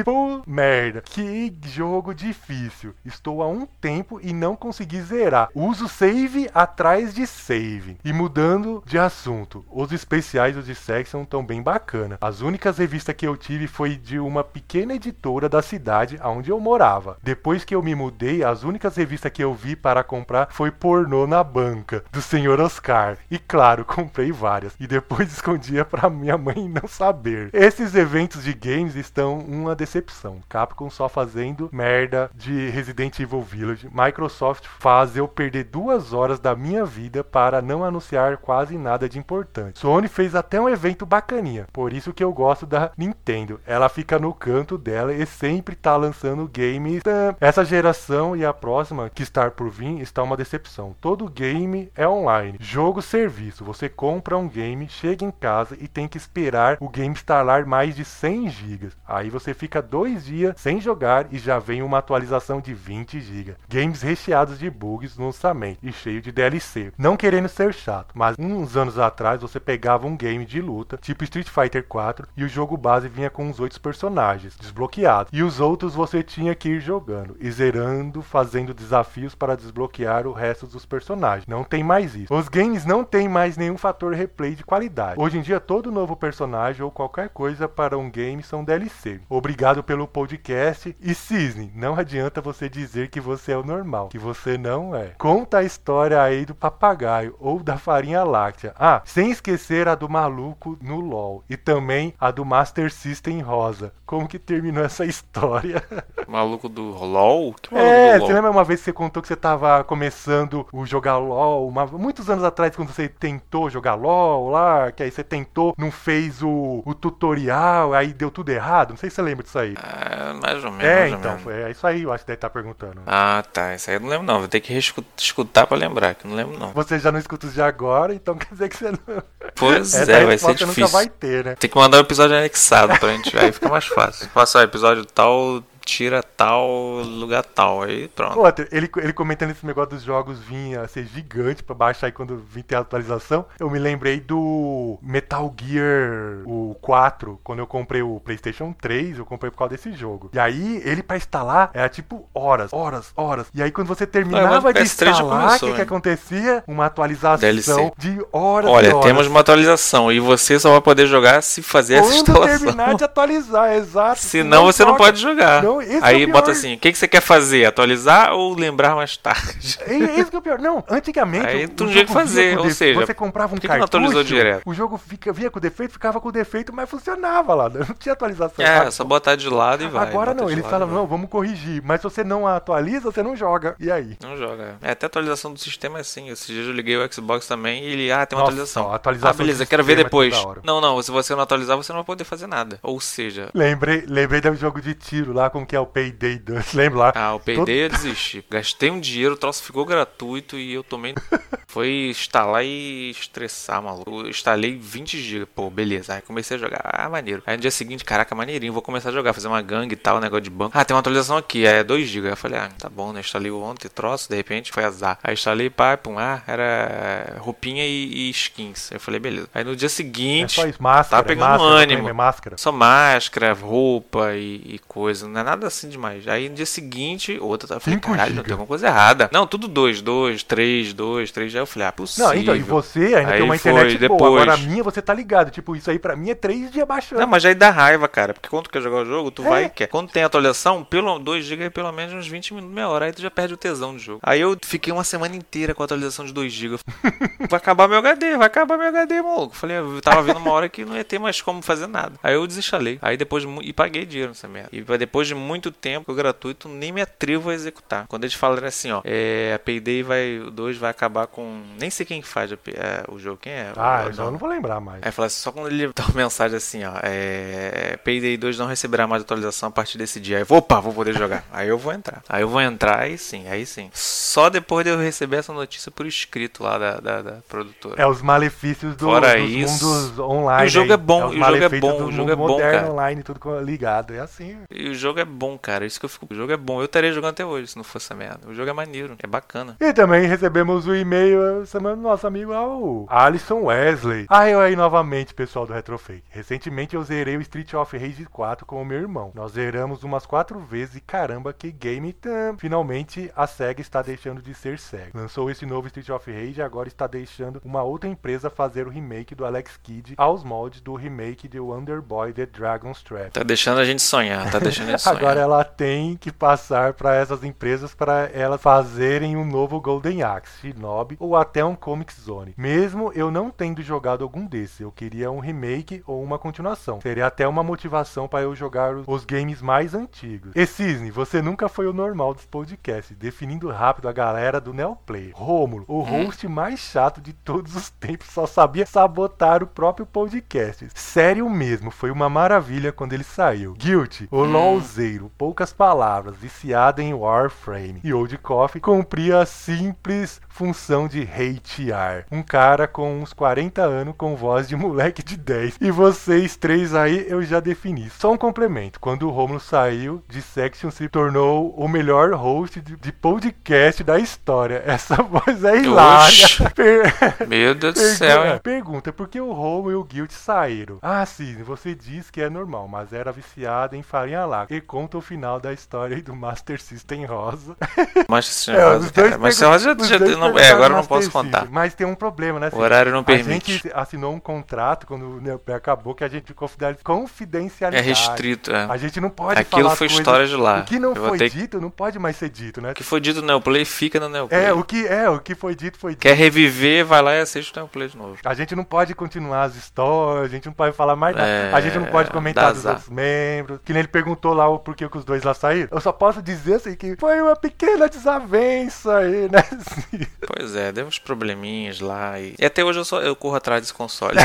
[SPEAKER 2] e <laughs> pô, merda, que jogo difícil. Estou há um tempo e não consegui zerar. Uso save atrás de save. E mudando de assunto, os especiais do Dissection estão bem bacana. As únicas revistas que eu tive foi de uma pequena editora da cidade onde eu morava. Depois que eu me mudei mudei, as únicas revistas que eu vi para comprar foi pornô na banca, do senhor Oscar. E claro, <laughs> comprei várias. E depois <laughs> escondia para minha mãe não saber. Esses eventos de games estão uma decepção. Capcom só fazendo merda de Resident Evil Village. Microsoft faz eu perder duas horas da minha vida para não anunciar quase nada de importante. Sony fez até um evento bacaninha. Por isso que eu gosto da Nintendo. Ela fica no canto dela e sempre tá lançando games. Essa geração e a próxima que está por vir está uma decepção. Todo game é online. Jogo serviço. Você compra um game, chega em casa e tem que esperar o game instalar mais de 100 GB. Aí você fica dois dias sem jogar e já vem uma atualização de 20 GB. Games recheados de bugs no lançamento e cheio de DLC. Não querendo ser chato, mas uns anos atrás você pegava um game de luta, tipo Street Fighter 4, e o jogo base vinha com os oito personagens desbloqueados. E os outros você tinha que ir jogando e zerando, fazendo desafios para desbloquear o resto dos personagens. Não tem mais isso. Os games não tem mais nenhum fator replay de qualidade. Hoje em dia, todo novo personagem ou qualquer coisa para um game são DLC. Obrigado pelo podcast. E Cisne, não adianta você dizer que você é o normal, que você não é. Conta a história aí do papagaio ou da farinha láctea. Ah, sem esquecer a do maluco no LOL e também a do Master System Rosa. Como que terminou essa história? <laughs>
[SPEAKER 3] Maluco do LOL? Que maluco
[SPEAKER 2] é,
[SPEAKER 3] do
[SPEAKER 2] você
[SPEAKER 3] LOL?
[SPEAKER 2] lembra uma vez que você contou que você tava começando o jogar LOL, uma- muitos anos atrás, quando você tentou jogar LOL lá, que aí você tentou, não fez o, o tutorial, aí deu tudo errado. Não sei se você lembra disso aí.
[SPEAKER 3] Ah, mais ou menos.
[SPEAKER 2] é,
[SPEAKER 3] mais ou
[SPEAKER 2] então,
[SPEAKER 3] menos.
[SPEAKER 2] foi- é isso aí, eu acho que deve estar perguntando.
[SPEAKER 3] Ah, tá. Isso aí eu não lembro, não. Vou ter que reescu- escutar pra lembrar, que eu não lembro, não.
[SPEAKER 2] Você já não escuta os de agora, então <laughs> quer dizer que você não. tá
[SPEAKER 3] Pois
[SPEAKER 2] Essa
[SPEAKER 3] é, vai ser
[SPEAKER 2] resposta nunca
[SPEAKER 3] difícil.
[SPEAKER 2] vai ter, né?
[SPEAKER 3] Tem que mandar o episódio anexado pra gente. aí fica mais fácil. Passar episódio tal, tira tal, lugar tal. Aí pronto.
[SPEAKER 2] Outra, ele, ele comentando esse negócio dos jogos vinha ser gigante pra baixar aí quando vim ter a atualização. Eu me lembrei do Metal Gear o 4, quando eu comprei o PlayStation 3, eu comprei por causa desse jogo. E aí ele pra instalar era tipo horas, horas, horas. E aí quando você
[SPEAKER 3] mas
[SPEAKER 2] terminava
[SPEAKER 3] o
[SPEAKER 2] de
[SPEAKER 3] PS3 já
[SPEAKER 2] instalar, o que,
[SPEAKER 3] começou,
[SPEAKER 2] que
[SPEAKER 3] hein?
[SPEAKER 2] acontecia? Uma atualização
[SPEAKER 3] DLC.
[SPEAKER 2] de horas e
[SPEAKER 3] Olha,
[SPEAKER 2] horas.
[SPEAKER 3] temos uma atualização e você só vai poder jogar se fazer essa
[SPEAKER 2] Quando
[SPEAKER 3] instalação.
[SPEAKER 2] terminar de atualizar, é exato.
[SPEAKER 3] <laughs> Senão você não
[SPEAKER 2] joga.
[SPEAKER 3] pode jogar.
[SPEAKER 2] Não, esse é o
[SPEAKER 3] aí
[SPEAKER 2] pior.
[SPEAKER 3] bota assim: o que, que você quer fazer? Atualizar ou lembrar mais tarde?
[SPEAKER 2] <laughs> É é isso que é o pior. Não, antigamente.
[SPEAKER 3] Aí
[SPEAKER 2] o-
[SPEAKER 3] tu
[SPEAKER 2] o
[SPEAKER 3] não tinha o que
[SPEAKER 2] jogo vinha
[SPEAKER 3] fazer,
[SPEAKER 2] com
[SPEAKER 3] ou
[SPEAKER 2] defe-
[SPEAKER 3] seja,
[SPEAKER 2] Você comprava um
[SPEAKER 3] por que que não
[SPEAKER 2] cartucho.
[SPEAKER 3] atualizou direto?
[SPEAKER 2] O jogo fica- vinha com defeito, ficava com defeito, mas funcionava lá. <laughs> Não tinha atualização.
[SPEAKER 3] É,
[SPEAKER 2] sabe?
[SPEAKER 3] só botar de lado e vai.
[SPEAKER 2] Agora
[SPEAKER 3] bota
[SPEAKER 2] não,
[SPEAKER 3] de
[SPEAKER 2] eles
[SPEAKER 3] lado né?
[SPEAKER 2] falam,
[SPEAKER 3] e vai.
[SPEAKER 2] não, vamos corrigir. Mas se você não atualiza, você não joga. E aí?
[SPEAKER 3] Não joga. É, até atualização do sistema é assim. Esses dias eu liguei o Xbox também e ele, ah, tem uma
[SPEAKER 2] Nossa,
[SPEAKER 3] atualização.
[SPEAKER 2] a atualização
[SPEAKER 3] ah, beleza,
[SPEAKER 2] do
[SPEAKER 3] quero ver
[SPEAKER 2] sistema é
[SPEAKER 3] depois.
[SPEAKER 2] toda hora.
[SPEAKER 3] Não, não, se você não atualizar, você não vai poder fazer nada. Ou seja,
[SPEAKER 2] Lembrei, lembrei do jogo de tiro lá, como que é o Payday 2. Lembra lá?
[SPEAKER 3] ah, o
[SPEAKER 2] Todo-
[SPEAKER 3] PD eu desisti. Gastei um dinheiro, o troço ficou gratuito e eu tomei. Foi instalar e estressar, maluco. Eu instalei 20 GB. Pô, beleza. Aí comecei a jogar. Ah, maneiro. Aí no dia seguinte, caraca, maneirinho, vou começar a jogar, fazer uma gangue e tal, negócio de banco. Ah, tem uma atualização aqui, é 2 GB. Aí eu falei, ah, tá bom, né? Instalei ontem, troço, de repente foi azar. Aí instalei, pá, pum, ah, era roupinha e, e skins. Aí eu falei, beleza. Aí no dia
[SPEAKER 2] É
[SPEAKER 3] seguinte.
[SPEAKER 2] só isso, máscara.
[SPEAKER 3] tá pegando
[SPEAKER 2] máscara,
[SPEAKER 3] um
[SPEAKER 2] eu tô
[SPEAKER 3] ânimo.
[SPEAKER 2] falando, É máscara.
[SPEAKER 3] Só máscara, roupa e, e coisa. Não é nada assim demais. Aí no dia seguinte, outra tá falando,
[SPEAKER 2] Cinco
[SPEAKER 3] caralho,
[SPEAKER 2] giga.
[SPEAKER 3] não tem alguma coisa errada. Não, tudo dois, dois, três, dois, três. Aí eu falei, ah, possível.
[SPEAKER 2] Não, então, e você ainda
[SPEAKER 3] Aí
[SPEAKER 2] tem uma
[SPEAKER 3] foi,
[SPEAKER 2] internet boa.
[SPEAKER 3] depois.
[SPEAKER 2] Agora a minha você tá ligado. Tipo, isso aí pra mim é três dias baixando.
[SPEAKER 3] Não, mas aí dá raiva, cara. Porque quando tu quer jogar o jogo, tu
[SPEAKER 2] É.
[SPEAKER 3] vai e quer. Quando tem atualização, pelo 2 GB é pelo menos uns 20 minutos, meia hora. Aí tu já perde o tesão do jogo. Aí eu fiquei uma semana inteira com a atualização de 2 GB. <laughs> Vai acabar meu HD, vai acabar meu HD, maluco. Falei, eu tava vendo uma hora que não ia ter mais como fazer nada. Aí eu desinstalei. Aí depois, de mu- e paguei dinheiro nessa merda. E depois de muito tempo, o gratuito, nem me atrevo a executar. Quando eles falaram assim, ó, é, a Payday vai, o 2 vai acabar com... Nem sei quem faz a P- é, o jogo, quem é?
[SPEAKER 2] Ah,
[SPEAKER 3] O-
[SPEAKER 2] então eu não vou lembrar mais.
[SPEAKER 3] Aí fala assim, só quando ele <laughs> dá uma mensagem assim, ó, é, Payday 2 não receberá mais atualização a partir desse dia. Aí, eu vou, opa, vou poder jogar. <laughs> aí eu vou entrar. Aí eu vou entrar, aí sim, aí sim. Só depois de eu receber essa notícia por escrito lá da, da, da produtora.
[SPEAKER 2] É os malefícios do,
[SPEAKER 3] Fora
[SPEAKER 2] dos
[SPEAKER 3] isso,
[SPEAKER 2] mundos online.
[SPEAKER 3] o jogo é
[SPEAKER 2] aí.
[SPEAKER 3] bom,
[SPEAKER 2] os
[SPEAKER 3] o jogo é
[SPEAKER 2] malefícios
[SPEAKER 3] bom,
[SPEAKER 2] do
[SPEAKER 3] o jogo
[SPEAKER 2] mundo
[SPEAKER 3] é bom,
[SPEAKER 2] moderno,
[SPEAKER 3] cara.
[SPEAKER 2] online, tudo co- ligado. É assim.
[SPEAKER 3] E o jogo é bom, cara. Isso que eu fico. O jogo é bom. Eu estaria jogando até hoje se não fosse essa merda. O jogo é maneiro, é bacana.
[SPEAKER 2] E também recebemos o e-mail essa semana do nosso amigo ah, o Alisson Wesley. Ah, eu aí novamente, pessoal do Retrofake. Recentemente eu zerei o Street of Rage 4 com o meu irmão. Nós zeramos umas quatro vezes e caramba, que game tam. Finalmente a SEGA está deixando de ser SEGA. Lançou esse novo Street of Rage e agora está deixando uma outra empresa fazer o remake do Alex Kidd aos moldes do remake de Wonder Boy The Dragon's Trap.
[SPEAKER 3] Tá deixando a gente sonhar, tá deixando a gente
[SPEAKER 2] Ah, <laughs>
[SPEAKER 3] sonhar.
[SPEAKER 2] agora ela tem que passar para essas empresas para elas fazerem um novo Golden Axe, Shinobi ou até um Comic Zone. Mesmo eu não tendo jogado algum desses, eu queria um remake ou uma continuação. Seria até uma motivação para eu jogar os games mais antigos. E Cisne, você nunca foi o normal dos podcasts, definindo rápido a galera do Neoplay. Rômulo, o host mais chato de todos os tempos, só sabia sabotar o próprio podcast. Sério mesmo, foi uma maravilha quando ele saiu. Guilty, o LOLzeiro, poucas palavras, viciado em Warframe. E Old Coffee cumpria a simples função de hatear. Um cara com uns 40 anos com voz de moleque de 10. E vocês três aí eu já defini. Só um complemento. Quando o Romulo saiu, Dissection se tornou o melhor host de, de podcast da história. Essa <laughs> voz é hilária.
[SPEAKER 3] Oxe.
[SPEAKER 2] Per- <laughs>
[SPEAKER 3] Meu Deus do
[SPEAKER 2] Pergunta-
[SPEAKER 3] céu, é. hein?
[SPEAKER 2] é, Pergunta, por que o Romo e o Guild saíram? Ah, Cisne, você diz que é normal, mas era viciado em farinha láctea. E conta o final da história aí do Master System Rosa.
[SPEAKER 3] Mas
[SPEAKER 2] É,
[SPEAKER 3] senhora,
[SPEAKER 2] os
[SPEAKER 3] cara,
[SPEAKER 2] dois pergun-
[SPEAKER 3] mas senhora já,
[SPEAKER 2] os
[SPEAKER 3] já
[SPEAKER 2] dois
[SPEAKER 3] não, é,
[SPEAKER 2] perguntaram
[SPEAKER 3] agora eu não
[SPEAKER 2] Master
[SPEAKER 3] posso
[SPEAKER 2] System,
[SPEAKER 3] contar.
[SPEAKER 2] Mas tem um problema, né?
[SPEAKER 3] O
[SPEAKER 2] Cisne?
[SPEAKER 3] horário não
[SPEAKER 2] A
[SPEAKER 3] permite.
[SPEAKER 2] gente assinou um contrato quando o Neopé acabou que a gente ficou fidel-
[SPEAKER 3] É
[SPEAKER 2] confidencialidade.
[SPEAKER 3] restrito, é.
[SPEAKER 2] A gente não pode falar
[SPEAKER 3] Aquilo foi
[SPEAKER 2] coisas-
[SPEAKER 3] história de lá.
[SPEAKER 2] O que não
[SPEAKER 3] Eu vou
[SPEAKER 2] foi
[SPEAKER 3] ter que-
[SPEAKER 2] dito não pode mais ser dito, né?
[SPEAKER 3] O que foi dito no Neoplay fica no Neoplay.
[SPEAKER 2] É, o que é, o que foi dito foi dito.
[SPEAKER 3] Quer reviver, vai lá e assiste o Neoplay de novo.
[SPEAKER 2] A gente não pode continuar as histórias, a gente não pode falar mais nada.
[SPEAKER 3] É,
[SPEAKER 2] a gente não pode
[SPEAKER 3] dá
[SPEAKER 2] comentar dos
[SPEAKER 3] azar.
[SPEAKER 2] outros membros. Que nem ele perguntou lá o porquê que os dois lá saíram. Eu só posso dizer assim que foi uma pequena desavença aí, né? <laughs> Assim.
[SPEAKER 3] Pois é, deu uns probleminhas lá e... e até hoje eu só eu corro atrás
[SPEAKER 2] <laughs>
[SPEAKER 3] desse console.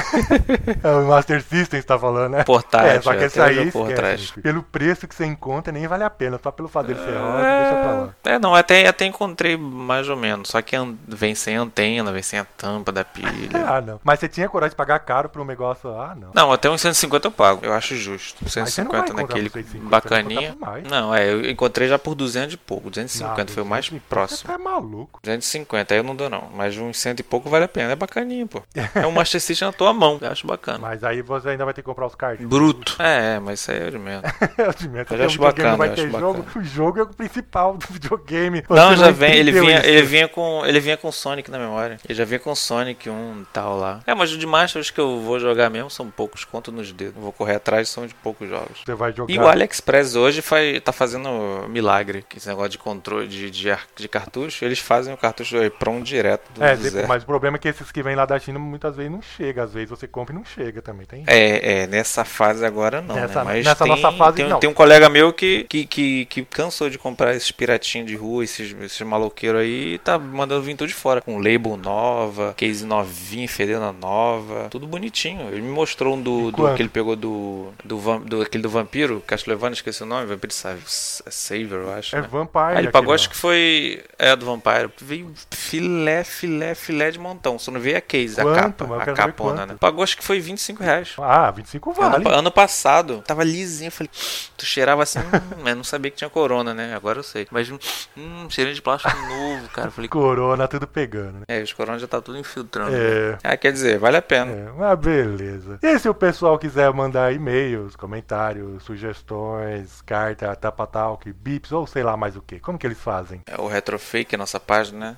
[SPEAKER 2] É, o Master System está falando, né?
[SPEAKER 3] Portátil,
[SPEAKER 2] é, só que
[SPEAKER 3] até
[SPEAKER 2] esse aí
[SPEAKER 3] hoje eu corro
[SPEAKER 2] esquece,
[SPEAKER 3] atrás.
[SPEAKER 2] meu filho. Pelo preço que você encontra, nem vale a pena. Só pelo fato dele ser rosa, deixa pra lá.
[SPEAKER 3] É, é, não, até, até encontrei mais ou menos. Só que an- vem sem antena, vem sem a tampa da pilha.
[SPEAKER 2] <laughs> Ah, não. Mas você tinha coragem de pagar caro pra um negócio? Ah, não.
[SPEAKER 3] Não, até uns 150 eu pago. Eu acho justo.
[SPEAKER 2] Mas você não vai
[SPEAKER 3] 150
[SPEAKER 2] encontrar
[SPEAKER 3] naquele
[SPEAKER 2] por 150, vai
[SPEAKER 3] bacaninha.
[SPEAKER 2] encontrar por mais.
[SPEAKER 3] Não, é, eu encontrei já por 200 e pouco. 250 foi o mais
[SPEAKER 2] Você
[SPEAKER 3] próximo.
[SPEAKER 2] tá maluco.
[SPEAKER 3] 250, aí eu não dou não. Mas uns 100 e pouco vale a pena. É bacaninha, pô. É um Master System na tua mão. Eu
[SPEAKER 2] <laughs>
[SPEAKER 3] acho bacana.
[SPEAKER 2] Mas aí você ainda vai ter que comprar os cards.
[SPEAKER 3] Bruto. É, é, mas isso aí é de menos.
[SPEAKER 2] <laughs> É, o Ultimate.
[SPEAKER 3] Eu
[SPEAKER 2] Porque
[SPEAKER 3] acho
[SPEAKER 2] o videogame
[SPEAKER 3] bacana,
[SPEAKER 2] não vai
[SPEAKER 3] eu
[SPEAKER 2] ter
[SPEAKER 3] acho
[SPEAKER 2] jogo. O jogo é o principal do <laughs> videogame.
[SPEAKER 3] Não,
[SPEAKER 2] Você
[SPEAKER 3] já vem, ele
[SPEAKER 2] entendeu
[SPEAKER 3] vinha,
[SPEAKER 2] isso.
[SPEAKER 3] ele vinha com, ele vinha com Sonic na memória. Ele já vinha com Sonic 1 e tal lá. É, mas os demais acho que eu vou jogar mesmo são poucos, conto nos dedos. Vou correr atrás, são de poucos jogos.
[SPEAKER 2] Você vai jogar.
[SPEAKER 3] E o AliExpress hoje faz, tá fazendo milagre. que Esse negócio de controle de, de, ar- de cartucho, eles fazem o cartucho do EPROM direto do
[SPEAKER 2] É,
[SPEAKER 3] é,
[SPEAKER 2] tipo, mas o problema é que esses que vêm lá da China muitas vezes não chega. Às vezes você compra e não chega também, tem?
[SPEAKER 3] É, é, nessa fase agora não, né?
[SPEAKER 2] Nessa-
[SPEAKER 3] Mas
[SPEAKER 2] nessa
[SPEAKER 3] tem,
[SPEAKER 2] nossa fase,
[SPEAKER 3] tem,
[SPEAKER 2] não.
[SPEAKER 3] tem um colega meu que, que, que, que cansou de comprar esses piratinhos de rua, esses, esses maloqueiros aí, e tá mandando vir tudo de fora. Com label nova, case novinho, fedendo a nova, tudo bonitinho. Ele me mostrou um do, do
[SPEAKER 2] quanto?
[SPEAKER 3] que ele pegou do, do, vam- do- aquele do vampiro, Castlevania, esqueci o nome, Vampiro Sa- Saver, eu acho.
[SPEAKER 2] É
[SPEAKER 3] né?
[SPEAKER 2] Vampire.
[SPEAKER 3] Aí ele
[SPEAKER 2] aquele
[SPEAKER 3] pagou,
[SPEAKER 2] lá.
[SPEAKER 3] acho que foi. É, do Vampire. Veio filé, filé, filé de montão. Só não veio a case,
[SPEAKER 2] Quanto,
[SPEAKER 3] a capa.
[SPEAKER 2] mano? Eu
[SPEAKER 3] A
[SPEAKER 2] quero saber
[SPEAKER 3] capona,
[SPEAKER 2] quanto.
[SPEAKER 3] né? Pagou, acho que foi 25 reais.
[SPEAKER 2] Ah,
[SPEAKER 3] É
[SPEAKER 2] 25 vale.
[SPEAKER 3] Ano, ano passado, tava lisinho, eu falei, tu cheirava assim, hum, mas não sabia que tinha corona, né? Agora eu sei. Mas, hum, cheirinho de plástico novo, cara.
[SPEAKER 2] <laughs>
[SPEAKER 3] Eu falei,
[SPEAKER 2] Corona, tudo pegando, né?
[SPEAKER 3] é, os corona já tá tudo infiltrando.
[SPEAKER 2] É.
[SPEAKER 3] Ah, quer dizer, vale a pena.
[SPEAKER 2] É, mas beleza. E se o pessoal quiser mandar e-mails, comentários, sugestões, carta, tapa-talk, bips ou sei lá mais o que, como que eles fazem?
[SPEAKER 3] É o Retrofake, a nossa página, né?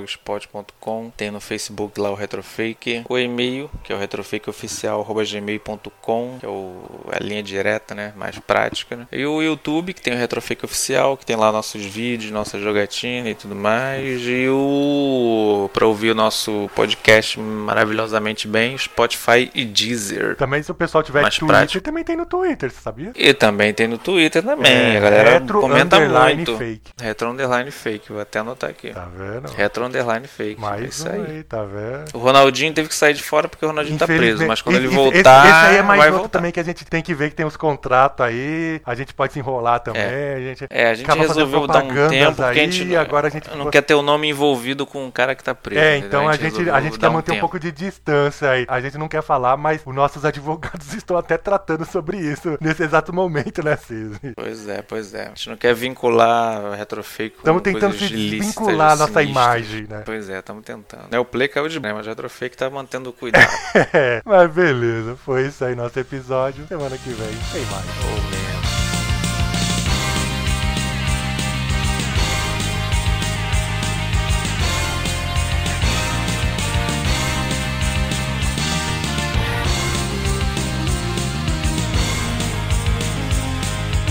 [SPEAKER 3] retrofake.blogspot.com. Tem no Facebook lá o Retrofake. O e-mail, que é o retrofakeoficial.gmail.com, que é o, a linha direta, né? Mais prática, né? E o YouTube, que tem o Retrofake Oficial, que tem lá nossos vídeos, nossa jogatina e tudo mais. E o... Pra ouvir o nosso podcast maravilhosamente bem, Spotify e Deezer.
[SPEAKER 2] Também se o pessoal tiver
[SPEAKER 3] Mais
[SPEAKER 2] Twitter,
[SPEAKER 3] prático.
[SPEAKER 2] também tem no Twitter, você sabia?
[SPEAKER 3] E também tem no Twitter também.
[SPEAKER 2] É,
[SPEAKER 3] a galera
[SPEAKER 2] retro
[SPEAKER 3] comenta
[SPEAKER 2] underline
[SPEAKER 3] muito.
[SPEAKER 2] fake.
[SPEAKER 3] Retro Underline Fake. Vou até anotar aqui.
[SPEAKER 2] Tá vendo?
[SPEAKER 3] Retro Underline Fake. é
[SPEAKER 2] Mais
[SPEAKER 3] isso
[SPEAKER 2] um
[SPEAKER 3] aí.
[SPEAKER 2] aí, tá vendo?
[SPEAKER 3] O Ronaldinho teve que sair de fora porque o Ronaldinho tá preso,
[SPEAKER 2] Infelizmente-
[SPEAKER 3] mas quando ele
[SPEAKER 2] esse- esse-
[SPEAKER 3] voltar,
[SPEAKER 2] Esse, aí é mais
[SPEAKER 3] vai
[SPEAKER 2] outro
[SPEAKER 3] voltar.
[SPEAKER 2] também que a gente tem que ver que tem os contratos aí. A gente pode se enrolar também. A gente
[SPEAKER 3] É, a gente
[SPEAKER 2] acaba fazendo
[SPEAKER 3] resolveu dar um
[SPEAKER 2] propagandas
[SPEAKER 3] tempo porque a
[SPEAKER 2] aí,
[SPEAKER 3] gente
[SPEAKER 2] e agora a gente
[SPEAKER 3] não quer ter o nome envolvido com um cara que tá preso.
[SPEAKER 2] É,
[SPEAKER 3] entendeu?
[SPEAKER 2] então a gente, a
[SPEAKER 3] resolveu
[SPEAKER 2] gente
[SPEAKER 3] dar
[SPEAKER 2] quer manter um,
[SPEAKER 3] tempo.
[SPEAKER 2] pouco de distância aí. A gente não quer falar, mas os nossos <laughs> advogados estão até tratando sobre isso nesse exato momento, né, Cisne?
[SPEAKER 3] Pois é, pois é. A gente não quer vincular retrofake com
[SPEAKER 2] Estamos tentando
[SPEAKER 3] coisas
[SPEAKER 2] se
[SPEAKER 3] ilícitas,
[SPEAKER 2] desvincular a nossa
[SPEAKER 3] sinistras.
[SPEAKER 2] imagem, né?
[SPEAKER 3] Pois é, estamos tentando. Né, O Play caiu de bem, mas o retrofake tá mantendo
[SPEAKER 2] <laughs>
[SPEAKER 3] o cuidado.
[SPEAKER 2] É, mas beleza. Foi isso aí nosso episódio. Semana que vem tem mais.
[SPEAKER 3] Ou menos.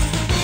[SPEAKER 4] Thank